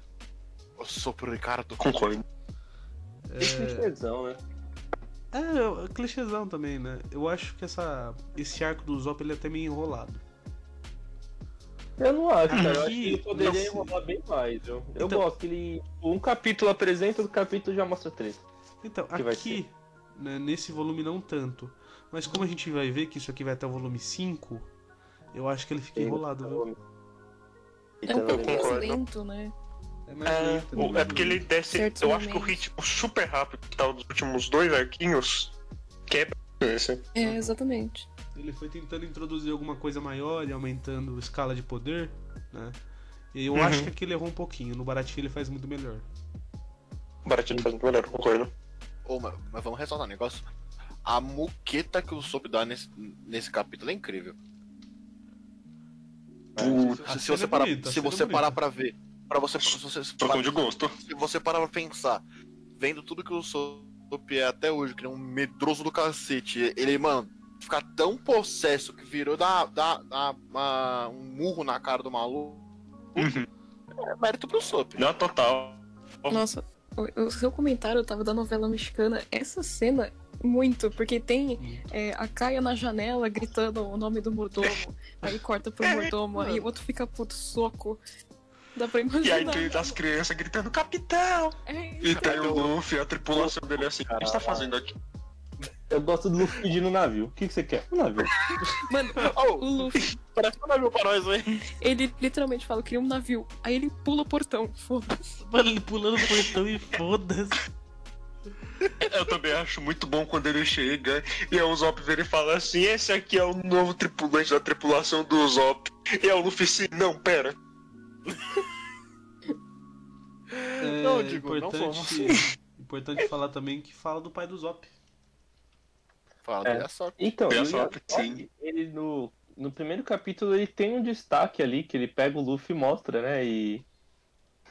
temos- O Sop Ricardo.
Concordo.
Isso é tesão, né?
É, eu- é clichêzão também, né? Eu acho que essa, esse arco do Zop ele é até meio enrolado.
Eu não acho, cara. Eu acho
Aqui,
que ele poderia
nossa.
enrolar bem mais, viu? Eu
Então-
gosto que ele. Um capítulo apresenta, outro capítulo já mostra três.
Então,
Que vai
aqui, né, nesse volume não tanto. Mas como a gente vai ver que isso aqui vai até o volume 5, eu acho que ele fica enrolado, viu?
Então,
É um pouco mais
concordo.
lento, né?
É,
É, o- é porque ele desce.
Certos
eu acho que o
momentos.
ritmo super rápido que tava nos últimos dois arquinhos quebra. Esse.
É, exatamente.
Ele foi tentando introduzir alguma coisa maior e aumentando a escala de poder, né? E eu
Uhum.
acho que aqui ele errou um pouquinho. No Baratinho ele faz muito melhor.
Baratinho fazendo melhor, concordo.
Ô, mas, mas vamos ressaltar um negócio. A muqueta que o Sop dá nesse, nesse capítulo é incrível.
A
Se, se
cena
você
é
parar,
bonita, a
se
cena é
você
bonita.
parar pra ver. Pra você, se você, se
Trocando de gosto.
se você parar pra pensar, vendo tudo que o Sop é até hoje, que ele é um medroso do cacete, ele, mano, ficar tão possesso que virou da, da, da- uma- um murro na cara do maluco,
Uhum.
é mérito pro Sop.
Na total. Bom.
Nossa, o, o seu comentário tava da novela mexicana. Essa cena, muito, porque tem é, a Caia na janela gritando o nome do
(laughs)
mordomo. Aí corta pro mordomo, aí o outro fica puto soco. Dá pra
E aí
imaginar.
tem as crianças gritando, capitão!
É,
E
então,
tem o Luffy, a tripulação dele assim, o que a gente tá fazendo aqui?
Eu gosto do Luffy pedindo navio. O que, que você quer? Um navio.
Mano, o
Oh,
Luffy,
parece que não viu pra nós, hein?
ele literalmente fala, queria um navio. Aí ele pula o portão. Foda-se.
Mano, ele pulando o portão e foda-se.
Eu também acho muito bom quando ele chega e aí o Zop vira e fala assim: esse aqui é o novo tripulante da tripulação do Zop. E aí o Luffy assim, não, pera.
É
Não, digo, não
importante, importante falar também que fala do pai do Zop.
Fala,
É.
é. só.
Então,
Tem
e o
essa
Yasop,
sim.
ele no, no primeiro capítulo ele tem um destaque ali que ele pega o Luffy e mostra, né? E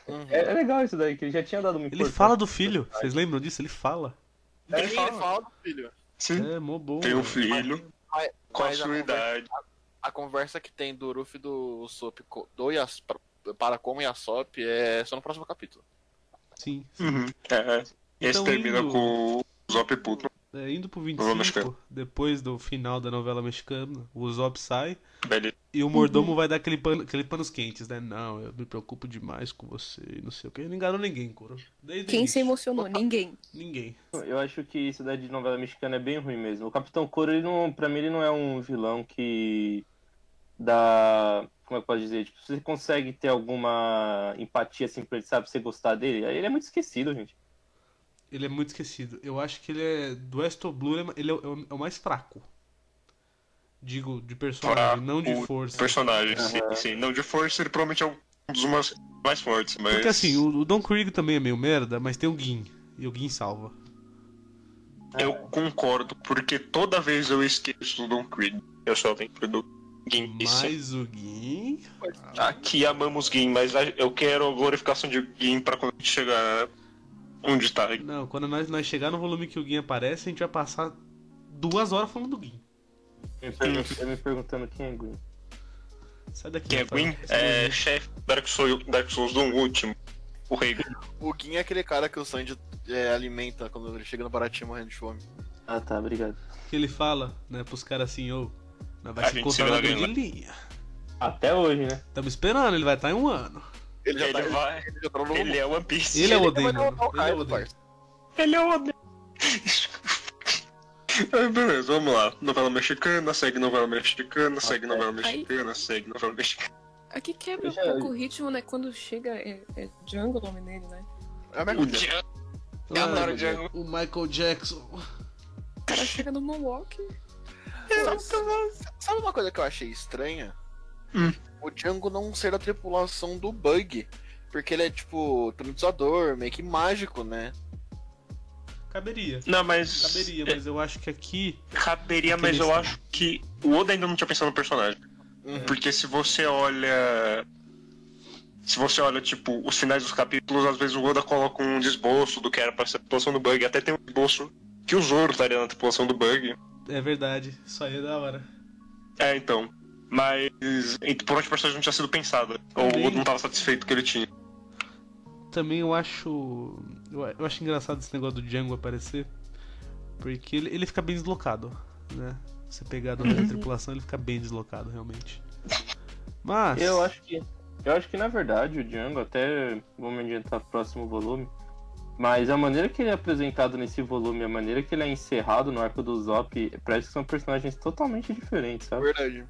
Uhum.
é, é legal isso daí, que ele já tinha dado uma
Ele fala do filho. Vocês lembram disso? Ele fala.
é Ele, fala, do filho.
Sim,
É, mó bom.
tem um
mano.
filho
Mas-
com a
mas a
sua idade.
A conversa que tem do Ruff e do Sop co- do Yas, pra- para como e a Sop é só no próximo capítulo.
Sim.
Uhum. É, esse
Então,
termina
indo-
com o Zop puto.
É, indo pro
Novela mexicana.
25, depois do final da novela mexicana, o Zop sai
Beleza.
e o mordomo vai dar aquele, pano, aquele panos quentes, né? Não, eu me preocupo demais com você e não sei o que. Não enganou ninguém, Coro. Desde o
Quem
início.
se emocionou? Ninguém.
Ninguém.
Eu acho que isso daí de novela mexicana é bem ruim mesmo. O Capitão Coro, ele não, pra mim, ele não é um vilão que dá. Como é que eu posso dizer? Tipo, você consegue ter alguma empatia assim pra ele, sabe? Você gostar dele. Ele é muito esquecido, gente.
Ele é muito esquecido. Eu acho que ele é. Do Astro Blue, ele é- ele é, o- é o mais fraco. Digo, de personagem,
Fraco,
não de força.
Personagem, sim, sim. Não, de força ele provavelmente é um dos mais, mais fortes, mas.
Porque assim, o, o Don Krieg também é meio merda, mas tem o Gin. E o Gin salva.
É.
Eu concordo, porque toda vez eu esqueço do Don Creed. Eu só lembro do Gin. Isso.
Mas o Gin.
Aqui amamos Gin, mas a- eu quero a glorificação de Gin pra quando a gente chegar onde tá.
Não, quando nós, nós chegar no volume que o Gin aparece, a gente vai passar duas horas falando do Gin.
Eu me pergun- eu me perguntando quem é Green.
Sai daqui,
Que é
Rafael.
Gin,
Sai
é
daqui.
chefe do Dark Souls, Dark Souls do último. O rei.
O Gin é aquele cara que o Sandy é, alimenta quando ele chega no Baratinho morrendo de fome.
Ah, tá, obrigado.
Que ele fala, né, pros caras assim, ô. nós vai
A
se
gente
encontrar
se
na
vê lá
grande
dentro.
linha.
Até hoje, né?
Tamo esperando, ele vai estar em um ano.
Ele já tá,
Ele
ele,
vai.
já tá no novo
Ele é One Piece.
Ele é o
mundo.
Oden,
Ele vai
mano.
derrotar o
Ele é o
Kaido,
Oden.
parça.
Ele é o (laughs) Oden. Ah, Beleza, vamos lá. Novela mexicana, segue novela mexicana, segue novela mexicana, segue novela mexicana.
Aqui quebra um
Deixa-
pouco o ritmo, né? Quando chega. É, é Django o nome dele, né?
É a minha
O
culpa.
Jean-
Ah,
adoro o Django.
o Michael Jackson.
O cara chega no Milwaukee.
Sabe, sabe- sabe uma coisa que eu achei estranha?
Hum.
O Django não ser da tripulação do Bug. Porque ele é tipo tranquilizador, meio que mágico, né?
Caberia.
Não, mas.
Caberia, mas eu acho que aqui.
Caberia, mas eu acho que o Oda ainda não tinha pensado no personagem.
Uhum.
Porque se você olha. Se você olha, tipo, os finais dos capítulos, às vezes o Oda coloca um desbolso do que era pra ser a tripulação do bug. Até tem um desbolso que o Zoro estaria na tripulação do bug.
É verdade, isso aí é da hora.
É, então. Mas em- por onde o personagem não tinha sido pensado. Ou o Oda não tava satisfeito com o que ele tinha.
Também eu acho. Eu eu acho engraçado esse negócio do Django aparecer. Porque ele, ele fica bem deslocado, né? Você pegar do da tripulação, ele fica bem deslocado, realmente. Mas.
Eu acho que. Eu acho que na verdade o Django, até vamos adiantar pro próximo volume. Mas a maneira que ele é apresentado nesse volume, a maneira que ele é encerrado no arco do Zop, parece que são personagens totalmente diferentes,
É
sabe?
verdade.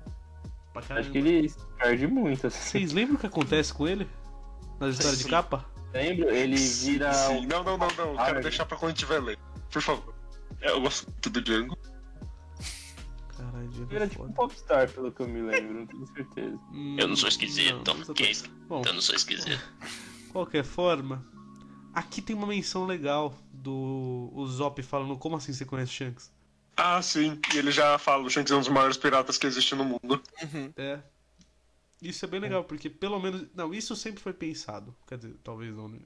Pra caramba.
Acho que ele se perde muito, assim.
Vocês lembram o que acontece com ele? Nas histórias de
Sim.
capa?
Lembro, ele vira
Sim,
um
Não, não, não, não.
Ah,
Quero
meu
deixar pra quando tiver lendo. Por favor. É, Eu gosto muito do Django.
Caralho, Django
Era
é
tipo um
foda.
popstar, pelo que eu me lembro, não tenho certeza.
Hum,
Eu não sou esquisito.
não, mas eu tô-
que é isso?
Bom,
Eu não sou esquisito.
Qualquer forma, aqui tem uma menção legal do o Zop falando como assim você conhece o Shanks?
Ah, sim. E ele já fala, o Shanks é um dos maiores piratas que existe no mundo.
É. Isso é bem legal, porque pelo menos. Não, isso sempre foi pensado. Quer dizer, talvez não. né?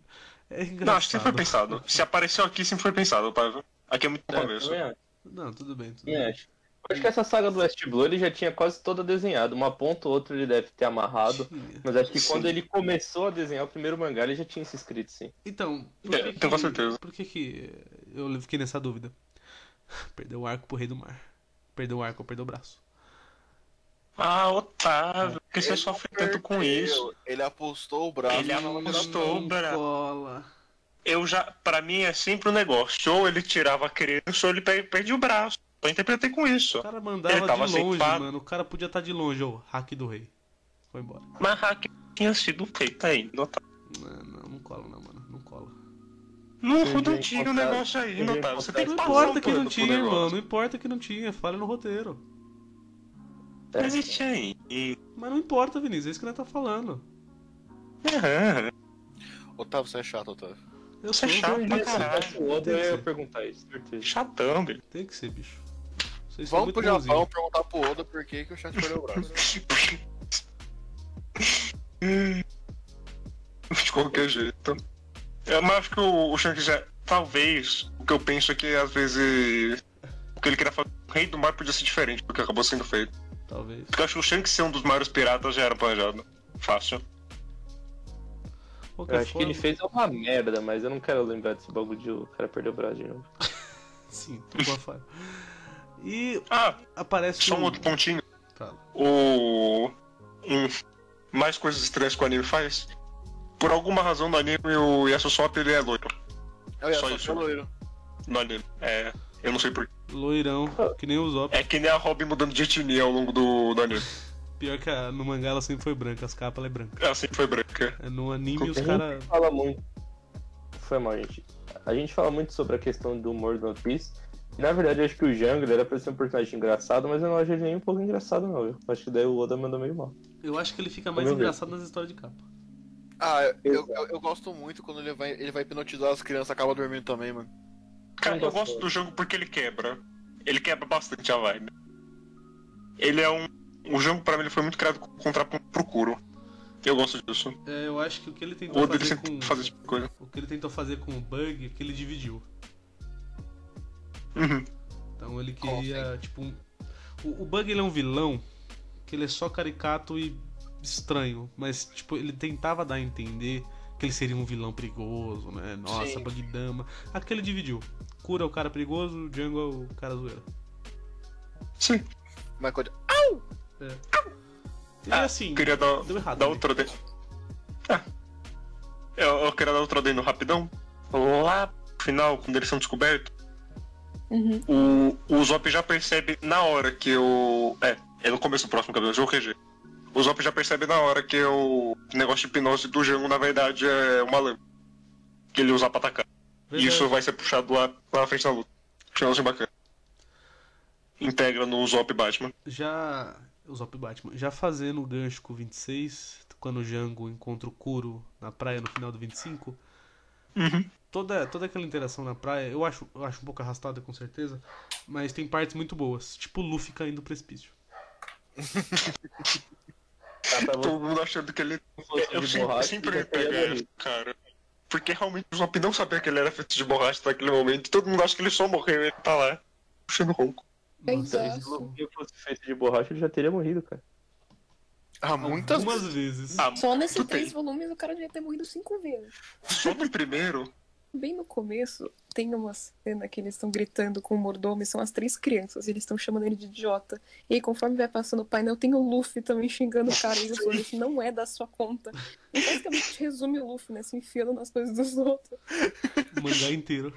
É engraçado.
Não, acho que sempre foi pensado. Se apareceu aqui, sempre foi pensado, Paiva. Aqui é muito no começo.
também acho,
Não, tudo bem, tudo
também
bem.
acho. Acho que essa saga do West Blue ele já tinha quase toda desenhada. Uma ponta ou outra ele deve ter amarrado.
Tinha.
Mas acho que
Sim.
quando ele começou a desenhar o primeiro mangá, ele já tinha se inscrito, sim.
Então, por
É,
que
tenho
que-
certeza.
Por que que eu fiquei nessa dúvida? (laughs) Perdeu o arco pro Rei do Mar. Perdeu o arco, perdeu o braço.
Ah, Otávio, por que você
Ele
sofre
não
tanto com
perdeu,
isso?
Ele apostou o braço.
Ele apostou o braço.
Cola.
Eu já, pra mim é sempre um negócio. Ou ele tirava a criança, ou ele per- perdia o braço. Eu interpretei com
O
isso.
cara mandava
Então, Ele tava
de longe,
ceifado.
mano. O cara podia estar de longe, ô. Hack do Rei. Foi embora.
Mas a hack tinha sido feita tá? ainda. Otávio.
Não, não, não cola não, mano. Não cola.
Não,
Entendi,
não tinha o
Otávio.
negócio aí,
Entendi,
Otávio. Você tem
Otávio.
que
Não
passar
importa
um
que não
pano pro
tinha,
negócio.
irmão. Não importa que não tinha. Falha no roteiro.
Não
É.
existe aí.
Mas não importa, Vinícius. É isso que nós tá falando.
É, Aham.
Otávio, você é chato, Otávio.
Eu
Isso é
sou,
chato pra
tem que ser.
caralho.
O
Tem
Oda
que
um ia
ser.
perguntar isso, certeza.
Chatão, bicho.
Tem que ser, bicho. Vocês
é
são
Vamos
muito
pro Japão
bonzinhos.
perguntar pro Oda por que, que o Shanks perdeu o braço.
(laughs) (laughs) De qualquer jeito. É, mas acho que o, o Shanks já. Talvez o que eu penso é que às vezes. O que ele queria fazer com o Rei do Mar podia ser diferente do que acabou sendo feito.
Talvez.
Porque eu acho que o Shanks ser um dos maiores piratas já era planejado. Fácil.
Eu
qualquer
acho que
forma.
ele fez uma merda, mas eu não quero lembrar desse bagulho de o cara perdeu o braço de novo.
Sim, trocou a falha. E
Ah,
aparece
só um
um-
outro pontinho.
Fala.
O. hum, Mais coisas estranhas que o anime faz. Por alguma razão no anime, o Yasusoto ele é loiro.
É o
Só
Yasuo
isso.
que é loiro.
No anime. É. Eu não sei porquê.
Loirão, que nem o Zop.
É que nem a Robin mudando de etnia ao longo do, do anime.
Pior que a- no mangá ela sempre foi branca, as capas ela é branca.
Ela sempre assim, foi branca.
É, No anime os
A gente
um?
caras.
fala muito. Foi mal, gente. A gente fala muito sobre a questão do humor do One Piece. E, Na verdade, eu acho que o Jungle era pra ser um personagem engraçado, mas eu não acho ele nem um pouco engraçado, não. Eu acho que daí o Oda mandou meio mal.
Eu acho que ele fica mais
Meu Deus.
engraçado nas histórias de capa.
Ah, eu, eu, eu gosto muito quando ele vai, ele vai hipnotizar as crianças, acaba dormindo também, mano.
Cara,
Não
eu
gosto
gosto do jogo porque ele quebra. Ele quebra bastante a vibe. Ele é um. O jogo pra mim ele foi muito criado com- contra pro Kuro. Eu gosto disso.
É, eu acho que o que ele tentou
O Oda ele
fazer
sempre
com.
faz fazer esse tipo de coisa.
O que ele tentou fazer com o bug é que ele dividiu.
Uhum.
Então ele
Como
queria, tipo. um- O, o Bug ele é um vilão que ele é só caricato e estranho, mas tipo, ele tentava dar a entender que ele seria um vilão perigoso, né? Nossa,
Sim.
Bug Dama. Aquele dividiu. Cura é o cara perigoso, o Django é o cara zoeira.
Sim.
Mas quando-
E
Ah, um
assim,
Eu queria dar,
deu errado.
dar
né?
outro D. Ah. Eu, eu queria dar outro D no rapidão. Lá no final, quando eles são descobertos,
Uhum.
o, o Zop já percebe na hora que o. É, é no começo do próximo capítulo, jogo QG. O Zop já percebe na hora que o negócio de hipnose do Jango, na verdade, é uma lâmpada. Que ele usa pra atacar. E
Verdade.
isso vai ser puxado lá, lá na frente da luta. Achei um lance bacana. Integra no Zop Batman.
já. O Zop Batman. Já fazendo o gancho com o 26, quando o Django encontra o Kuro na praia no final do 25.
Uhum.
Toda, toda aquela interação na praia, eu acho, eu acho um pouco arrastada com certeza, mas tem partes muito boas. Tipo o Luffy caindo do precipício.
Tá, pra
Todo mundo achando que ele é
você
Eu
de
sempre,
borracha,
sempre
você
me
ia
pego
morrer.
essa, é cara. Porque realmente o Zop não sabia que ele era feito de borracha naquele momento. Todo mundo acha que ele só morreu e ele tá lá, puxando ronco.
É
Nossa,
Se o
exato.
Luffy fosse feito de borracha, ele já teria morrido, cara.
Ah, muitas
Algumas vezes.
Ah,
Só nesses
tudo bem.
três volumes o cara devia ter morrido cinco vezes.
Só no primeiro,
Bem no começo, tem uma cena que eles estão gritando com o mordomo e são as três crianças. E eles estão chamando ele de idiota. E aí, conforme vai passando o painel, tem o Luffy também xingando o cara. E ele falando, isso não é da sua conta. E basicamente resume o Luffy, né? Se enfiando nas coisas dos outros.
O mangá inteiro.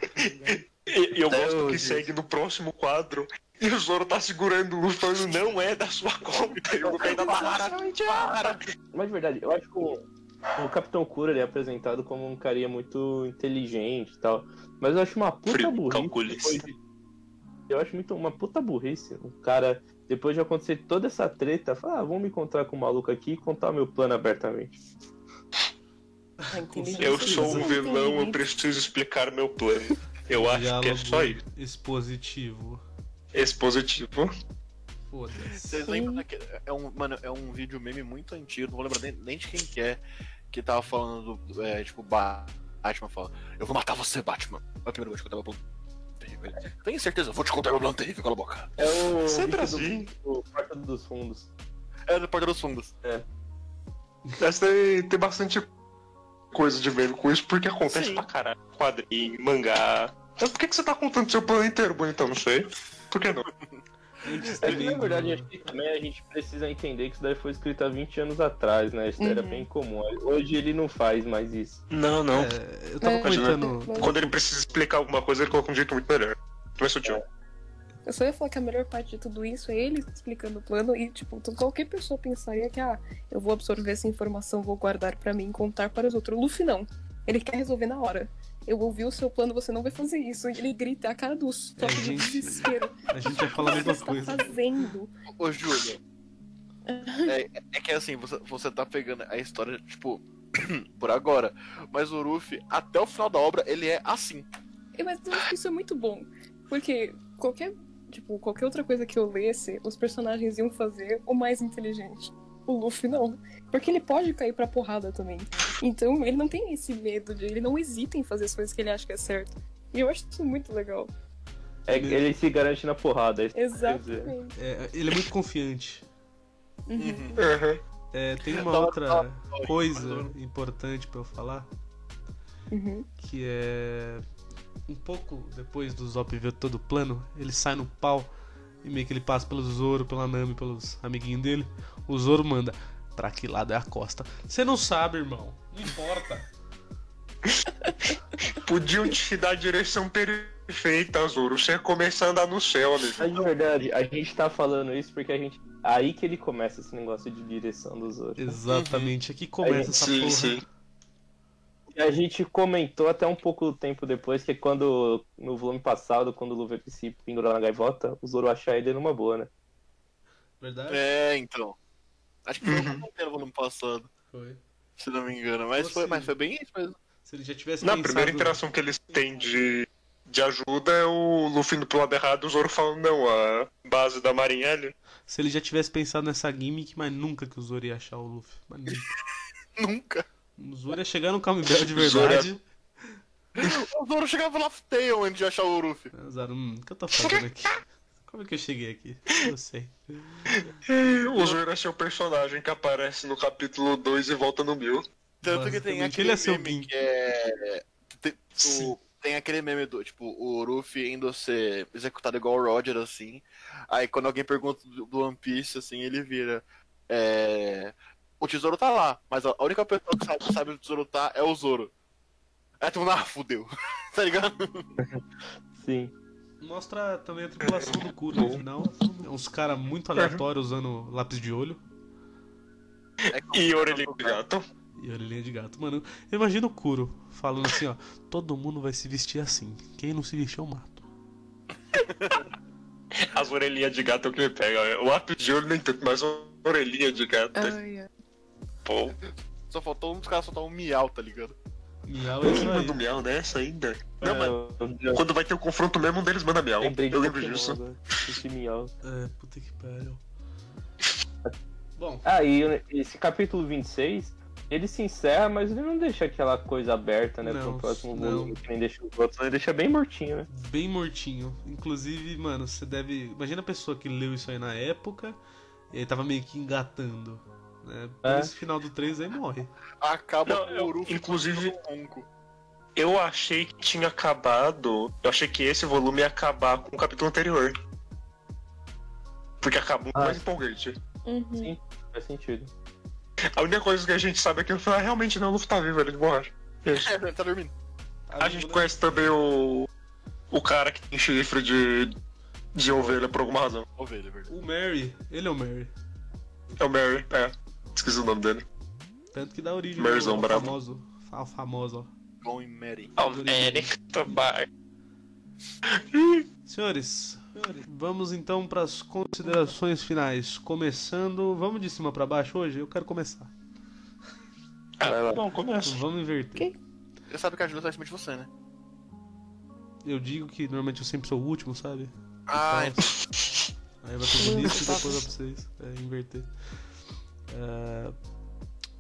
e, e eu gosto
Meu
que
Deus.
segue no próximo quadro, e o Zoro tá segurando o Luffy falando, não é da sua conta. E o Luffy ainda para, para.
Mas de verdade, eu acho que o, o Capitão Cura ele é apresentado como um carinha muito inteligente e tal. Mas eu acho uma puta
Frio,
burrice.
calculista.
depois de- Eu acho muito uma puta burrice. O cara, depois de acontecer toda essa treta, fala, ah, vamos me encontrar com o maluco aqui e contar meu plano abertamente.
A inteligência
Eu
deles
sou um
não tem
vilão, eu
limite.
preciso explicar meu plano. Eu acho que é só isso.
Expositivo.
Expositivo.
Foda-se.
Vocês lembram daquele. É um, mano, é um vídeo meme muito antigo, não vou lembrar nem, nem de quem que é, que tava falando do. É, tipo, Ba- Batman fala: Eu vou matar você, Batman. Mas primeiro eu vou te contar meu plano. terrível." Tenho certeza, eu vou te contar meu plano terrível, cala a boca.
É o.
Sempre
bicho do-
assim.
O Porta dos Fundos.
É do Porta dos Fundos.
Essa daí tem bastante coisa de ver com isso, porque acontece
Sim.
pra caralho. Quadrinho, mangá. Mas por que, que você tá contando seu plano inteiro, bonitão? Não sei. Por que não?
Antes
É que,
também
na
do-
verdade, acho que também a gente precisa entender que isso daí foi escrito há 20 anos atrás, né? Isso daí era
Uhum.
bem comum. Hoje ele não faz mais isso.
Não, não.
É, eu tava
É,
comentando.
mas-
Quando ele precisa explicar alguma coisa, ele coloca um jeito muito melhor. é Mas eu tinha.
Eu só ia falar que a melhor parte de tudo isso é ele explicando o plano e, tipo, tu- qualquer pessoa pensaria que, ah, eu vou absorver essa informação, vou guardar pra mim, contar para os outros. O Luffy não. Ele quer resolver na hora. Eu ouvi o seu plano, você não vai fazer isso. E ele grita é a cara do
É,
só de
gente.
desespero.
A gente vai falar a
O que
mesma
você
coisa.
está tá fazendo?
Ô, Júlio. é, é que assim, você, você tá pegando a história, tipo, (clears throat) por agora. Mas o Ruffy, até o final da obra, ele é assim.
E, Mas eu acho que isso é muito bom. Porque qualquer, tipo, qualquer outra coisa que eu lesse, os personagens iam fazer o mais inteligente. O Luffy não. né? Porque ele pode cair pra porrada também. Então ele não tem esse medo de. Ele não hesita em fazer as coisas que ele acha que é certo. E eu acho isso muito legal.
É que ele se garante na porrada. é isso que eu quero dizer.
Exatamente.
É, ele é muito confiante.
Uhum.
Uhum.
É, tem uma
Dá uma- dá
outra
uma-
coisa importante pra eu falar,
Uhum.
que é um pouco depois do Zop ver todo o plano, ele sai no pau e meio que ele passa pelo Zoro, pela Nami, pelos amiguinhos dele. O Zoro manda pra que lado é a costa. Você não sabe, irmão. Não importa.
(laughs) Podiam te dar a direção perfeita, Zoro. Você ia começar a andar no céu, amigo.
Mas Ah, de verdade, a gente tá falando isso porque a gente. Aí que ele começa esse negócio de direção dos outros.
Exatamente, aqui começa essa
Uhum. Sim,
porra.
sim.
E a gente comentou até um pouco tempo depois que quando. No volume passado, quando o Luffy se pendurou na gaivota, o Zoro achar ele numa boa, né?
Verdade?
É, então.
Acho que foi o volume passado,
Foi.
se não me engano. Mas,
Ou
foi,
seja-
mas foi bem isso mesmo.
Se ele já tivesse
Na
pensado-
primeira interação que eles têm de, de ajuda é o Luffy indo pro lado errado o Zoro falando, não, a base da marinha é ali.
Se ele já tivesse pensado nessa gimmick, mas nunca que o Zoro ia achar o Luffy. Mas
(laughs)
nunca.
Nunca.
O Zoro ia é chegar no Calm Bell de
O Zoro ia-
verdade.
(laughs) O Zoro chegava lá pro Tail um antes de achar o Luffy.
Ah, Zoro, hum, o que eu tô fazendo aqui? Como é que eu cheguei aqui? Não sei.
O Zoro é seu personagem que aparece no capítulo 2 e volta no mil.
Tanto que tem
Basicamente,
aquele
ele é seu
meme
Bin.
que é. Tem,
Sim.
o- Tipo, tem aquele meme do, tipo, o Luffy indo ser executado igual o Roger, assim. Aí quando alguém pergunta do do One Piece, assim, ele vira. É. O tesouro tá lá, mas a a única pessoa que sabe, sabe onde o tesouro tá é o Zoro. Aí tu, ah, fudeu. (laughs) tá ligado?
Sim.
Mostra também a tripulação do Kuro no final. É uns caras muito aleatórios usando lápis de olho
É como-
E orelhinha de gato.
e orelhinha de gato. Mano, eu imagino o Kuro falando assim, ó. Todo mundo vai se vestir assim. Quem não se vestir, eu mato.
As orelhinhas de gato é o que me pega. O lápis de olho nem tanto, mas a orelhinha de gato. é
Ai, ai.
Pô,
Só faltou um dos caras soltar um miau, tá ligado?
Miau é
quem
isso aí.
manda o miau nessa ainda? Não, mas
mas.
quando vai ter o confronto mesmo, um deles manda miau.
Lembrei de
Eu lembro
Pokémon
disso.
agora. Esse miau.
É, puta que (laughs) pariu. Bom,
Ah, e esse capítulo 26, ele se encerra, mas ele não deixa aquela coisa aberta, né?
Não,
pro próximo
não.
volume, que nem deixa os outros, ele deixa bem mortinho, né?
bem mortinho. Inclusive, mano, você deve. Imagina a pessoa que leu isso aí na época e aí tava meio que engatando. Né? Por
É.
esse final do 3 aí morre.
Acaba
Não,
com
eu-
o Luffy.
inclusive-
com um ronco.
Eu achei que tinha acabado. Eu achei que esse volume ia acabar com o capítulo anterior. Porque acabou
Ah.
mais empolgante.
Uhum.
Sim. Faz sentido.
A única coisa que a gente sabe é que no final realmente não, o Luffy tá vivo, ele morre.
(laughs) É, ele tá dormindo.
A gente conhece também o. o cara que tem chifre de. de ovelha por alguma razão.
Ovelha, é verdade.
O Mary, ele é o Mary.
É o Mary, é. Esqueci o nome dele.
Tanto que dá origem
Maryzão
ao
brabo.
famoso. Ao famoso, ó.
Bom e Mary.
Ah, o Mary. Também.
Senhores, vamos então para as considerações finais. Começando, vamos de cima para baixo hoje? Eu quero começar.
Ah.
Vai lá.
Não, começa.
Vamos inverter.
Você sabe que a Júlia tá em cima de você, né?
Eu digo que normalmente eu sempre sou o último, sabe?
Ah,
Então, Aí vai pro bonito e
Nossa.
depois vai pra vocês. É, inverter. É,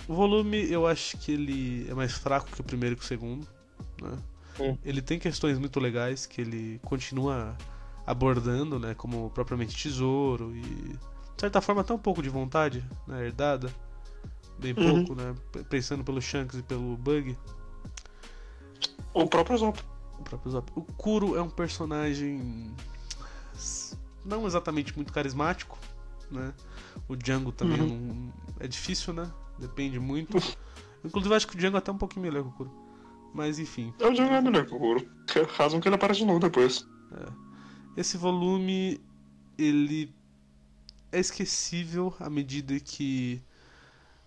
O volume, eu acho que ele é mais fraco que o primeiro e que o segundo. né?
Hum.
Ele tem questões muito legais que ele continua abordando, né? Como propriamente tesouro e. De certa forma, até um pouco de vontade, né? Herdada. Bem
Uhum.
pouco, né? p- Pensando pelo Shanks e pelo Bug.
O próprio Zop.
O próprio Zop. O Kuro é um personagem s- não exatamente muito carismático, né? O Django também não- é difícil, né? Depende muito. Inclusive, eu acho que o Django é até um pouquinho melhor que o Kuro. Mas enfim,
É o Jogado, né, Kogoro? Que é a razão que ele aparece de novo depois.
esse volume ele é esquecível à medida que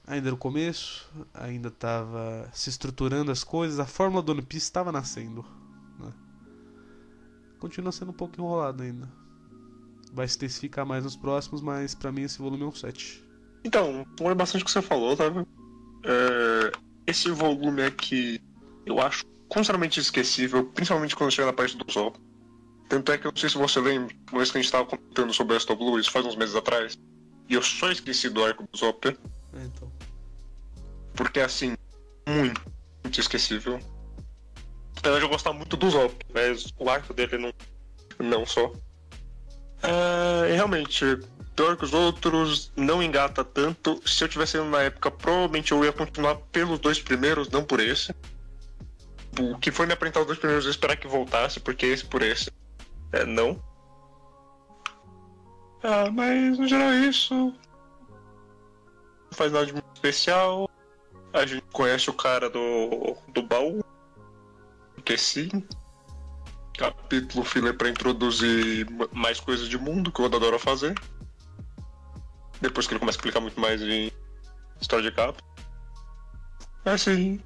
ainda era o começo, ainda tava se estruturando as coisas, a fórmula do One Piece estava nascendo. né? Continua sendo um pouco enrolado ainda. Vai se intensificar mais nos próximos, mas pra mim esse volume é um 7.
Então, é bastante o que você falou, sabe? É, esse volume aqui eu acho consideravelmente esquecível, principalmente quando chega na parte do sol. Tanto é que eu não sei se você lembra, uma vez que a gente tava comentando sobre Astro Blue, isso faz uns meses atrás, e eu só esqueci do arco do Zop,
É, então.
porque é assim, muito, muito esquecível. Apesar de eu gostar muito do Zop, mas o arco dele não, não só. É, e realmente, pior que os outros, não engata tanto. Se eu tivesse indo na época, provavelmente eu ia continuar pelos dois primeiros, não por esse. O que foi me apresentar os dois primeiros, eu ia esperar que voltasse, porque esse por esse. É, não. Ah, mas no geral é isso. Não faz nada de muito especial. A gente conhece o cara do, do baú. Porque sim capítulo filler pra introduzir ma- mais coisas de mundo que o Oda adora fazer. Depois que ele começa a clicar muito mais em história de capa. É assim.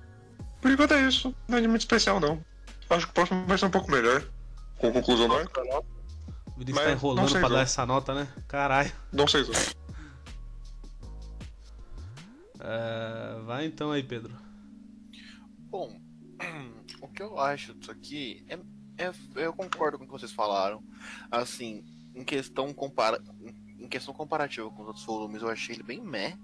Por enquanto é isso. Não é de muito especial não. Acho que o próximo vai ser um pouco melhor. Com conclusão é? do arco.
O Vinícius
Mas
tá
não
enrolando
sei
pra dar
não.
essa nota, né? Caralho.
Não sei se.
É, vai então aí, Pedro.
Bom, (clears throat) o que eu acho disso aqui é, é- eu concordo com o que vocês falaram. Assim, em questão compara em questão comparativa com os outros volumes, eu achei ele bem meh.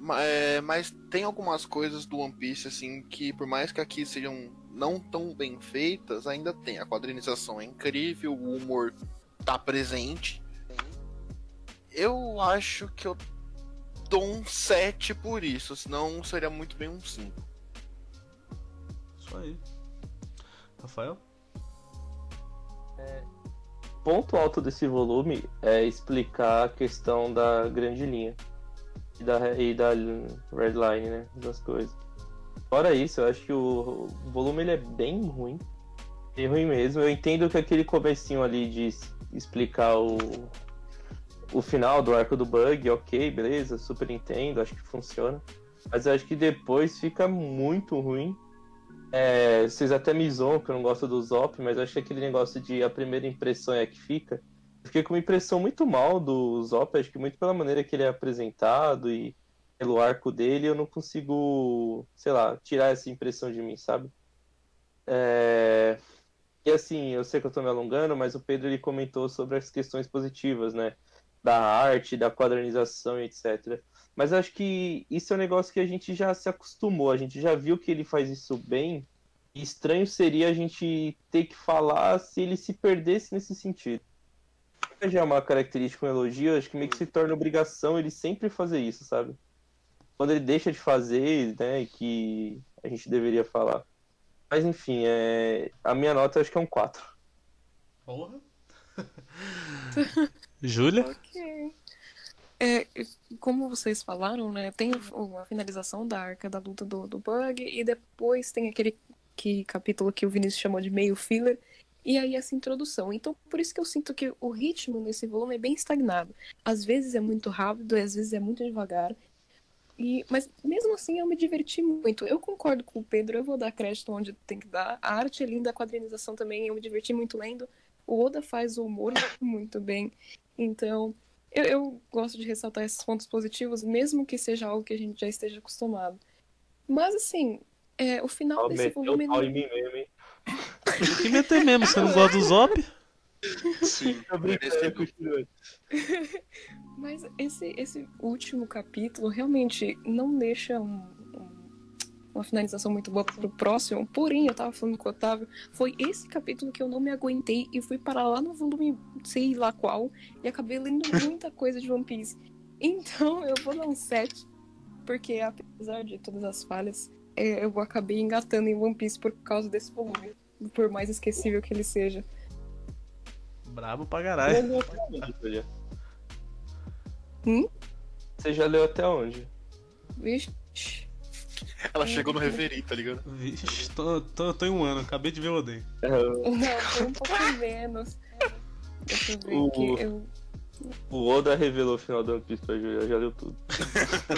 Ma- é, Mas, tem algumas coisas do One Piece assim que por mais que aqui sejam não tão bem feitas, ainda tem. A quadrinização é incrível, o humor tá presente. Eu acho que eu dou um 7 por isso, senão seria muito bem um 5.
Isso aí. Rafael?
ponto alto desse volume é explicar a questão da grande linha e da, e da red line, né? Das coisas. Fora isso, eu acho que o, o volume ele é bem ruim. Bem ruim mesmo. Eu entendo que aquele comecinho ali de s- explicar o, o final do arco do bug, ok, beleza, super entendo, acho que funciona. Mas eu acho que depois fica muito ruim. É, vocês até me zoam que eu não gosto do Zop, mas eu acho que aquele negócio de a primeira impressão é a que fica. Eu fiquei com uma impressão muito mal do Zop, acho que muito pela maneira que ele é apresentado e pelo arco dele, eu não consigo, sei lá, tirar essa impressão de mim, sabe? É, E assim, eu sei que eu tô me alongando, mas o Pedro ele comentou sobre as questões positivas, né? Da arte, da quadronização e etc. Mas acho que isso é um negócio que a gente já se acostumou, a gente já viu que ele faz isso bem. E estranho seria a gente ter que falar se ele se perdesse nesse sentido. Já é uma característica, um elogio, acho que meio que se torna obrigação ele sempre fazer isso, sabe? Quando ele deixa de fazer, né, que a gente deveria falar. Mas enfim, é... a minha nota acho que é um 4.
Porra. (laughs) Júlia?
Ok. É, como vocês falaram, né? Tem o- a finalização da arca da luta do, do Bug, e depois tem aquele que, capítulo que o Vinícius chamou de meio filler, e aí essa introdução. Então, por isso que eu sinto que o ritmo nesse volume é bem estagnado. Às vezes é muito rápido, às vezes é muito devagar. E, mas mesmo assim eu me diverti muito. Eu concordo com o Pedro, eu vou dar crédito onde tem que dar. A arte é linda, a quadrinização também, eu me diverti muito lendo. O Oda faz o humor (coughs) muito bem. Então, eu, eu gosto de ressaltar esses pontos positivos, mesmo que seja algo que a gente já esteja acostumado. Mas assim, é, o final
Ó,
desse
meteu
volume. é
pau em mim mesmo, hein?
Tem que meter mesmo, você não gosta do Zop?
(laughs) Sim.
Tô brincando,
Mereceu.
continua.
Mas esse, esse último capítulo realmente não deixa um- um- uma finalização muito boa pro próximo. Porém, eu tava falando com o Otávio, foi esse capítulo que eu não me aguentei e fui parar lá no volume sei lá qual e acabei lendo muita coisa de One Piece. Então eu vou dar um 7, porque apesar de todas as falhas, é, eu acabei engatando em One Piece por causa desse volume. Por mais esquecível que ele seja.
Brabo pra
Você já
caralho.
leu até onde, Julia?
Hum?
Você já leu até onde?
Vixe.
Ela
É,
chegou no reverie, tá ligado?
Vixe, tô, tô, tô em um ano, acabei de ver o Oden.
Não, foi um pouco menos. Deixa eu ver
O-
aqui. Eu...
O Oda revelou o final do One Piece pra Julia, já leu tudo.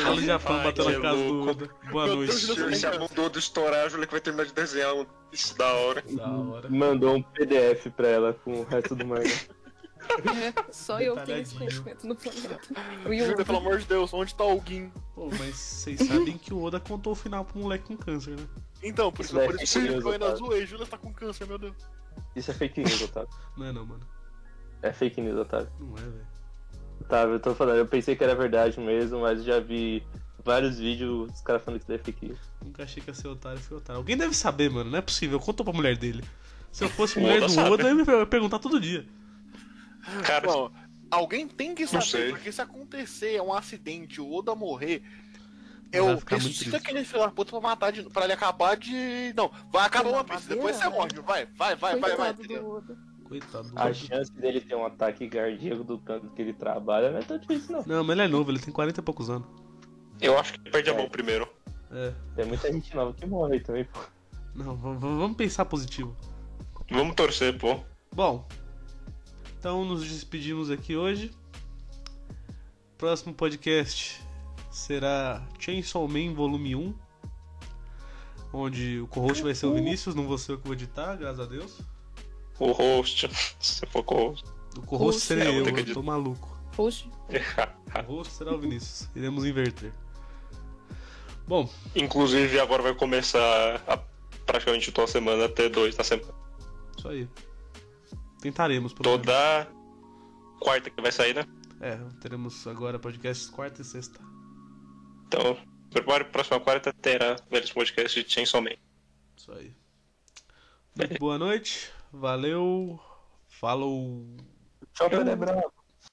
Lá no Japão,
Ai,
batendo
que
na casa do
louco.
Oda. Boa
Meu
noite.
Deus do
Se a mão do Odo estourar, a Júlia que vai terminar de desenhar um- isso da hora.
Da hora.
Mandou um PDF pra ela com o resto do
(laughs)
manga.
É, (laughs) Só eu tenho esse
Detalhadinho.
conhecimento no planeta.
Júlia, pelo amor de Deus, onde tá alguém?
Pô, mas vocês sabem que o Oda contou o final pro moleque com câncer, né?
Então, por isso,
Isso
por
é
isso que
curioso,
eu ainda
cara.
zoei. Júlia tá com câncer, meu Deus.
Isso é fake news, Otávio.
Não é não, mano.
É fake news, Otávio.
Não é, velho.
Otávio, eu tô falando, eu pensei que era verdade mesmo, mas já vi vários vídeos os caras falando que isso daí é fake news.
Nunca achei que ia ser otário, fui otário. Alguém deve saber, mano. Não é possível. Contou pra mulher dele. Se eu fosse
O
mulher
Oda
do
sabe.
Oda, eu ia me per- perguntar todo dia.
Cara,
Bom,
Alguém tem que
sei.
saber, porque se acontecer é um acidente, o Oda morrer,
Vai
eu
ficar muito
ressuscito
triste.
aquele filho da puta pra matar de, pra ele acabar de. Não, vai acabar
Pô,
o
na
One Piece, depois
madeira,
você
velho.
morre, vai, vai, vai, vai, vai,
Coitado
entendeu?
do Oda.
Coitado.
A chance dele ter um ataque cardíaco do canto que ele trabalha não é tão difícil, não.
Não, mas ele é novo, ele tem 40 e poucos anos.
Eu acho que ele perde a mão primeiro.
É.
Tem muita gente nova que morre também, pô.
Não, v- v- vamos pensar positivo.
Vamos torcer, pô.
Bom, então nos despedimos aqui hoje. Próximo podcast será Chainsaw Man Volume 1, onde o co-host vai ser o Vinícius, não vou ser eu que vou editar, graças a Deus.
O host. (laughs) Se for com o host.
O co-host
Host.
serei
É, eu vou
eu,
ter que
eu tô maluco.
(laughs)
Poxa,
O host será o Vinícius, iremos inverter. Bom,
Inclusive, agora vai começar a, praticamente toda semana até dois tá na semana.
isso aí. Tentaremos, pelo menos.
Toda quarta que vai sair, né?
É, teremos agora podcasts quarta e sexta.
Então, prepare para a próxima quarta terá velhos podcasts de Chainsaw Man.
Isso aí. Muito boa noite. Valeu. Falou.
Tchau, Pedro Bravo.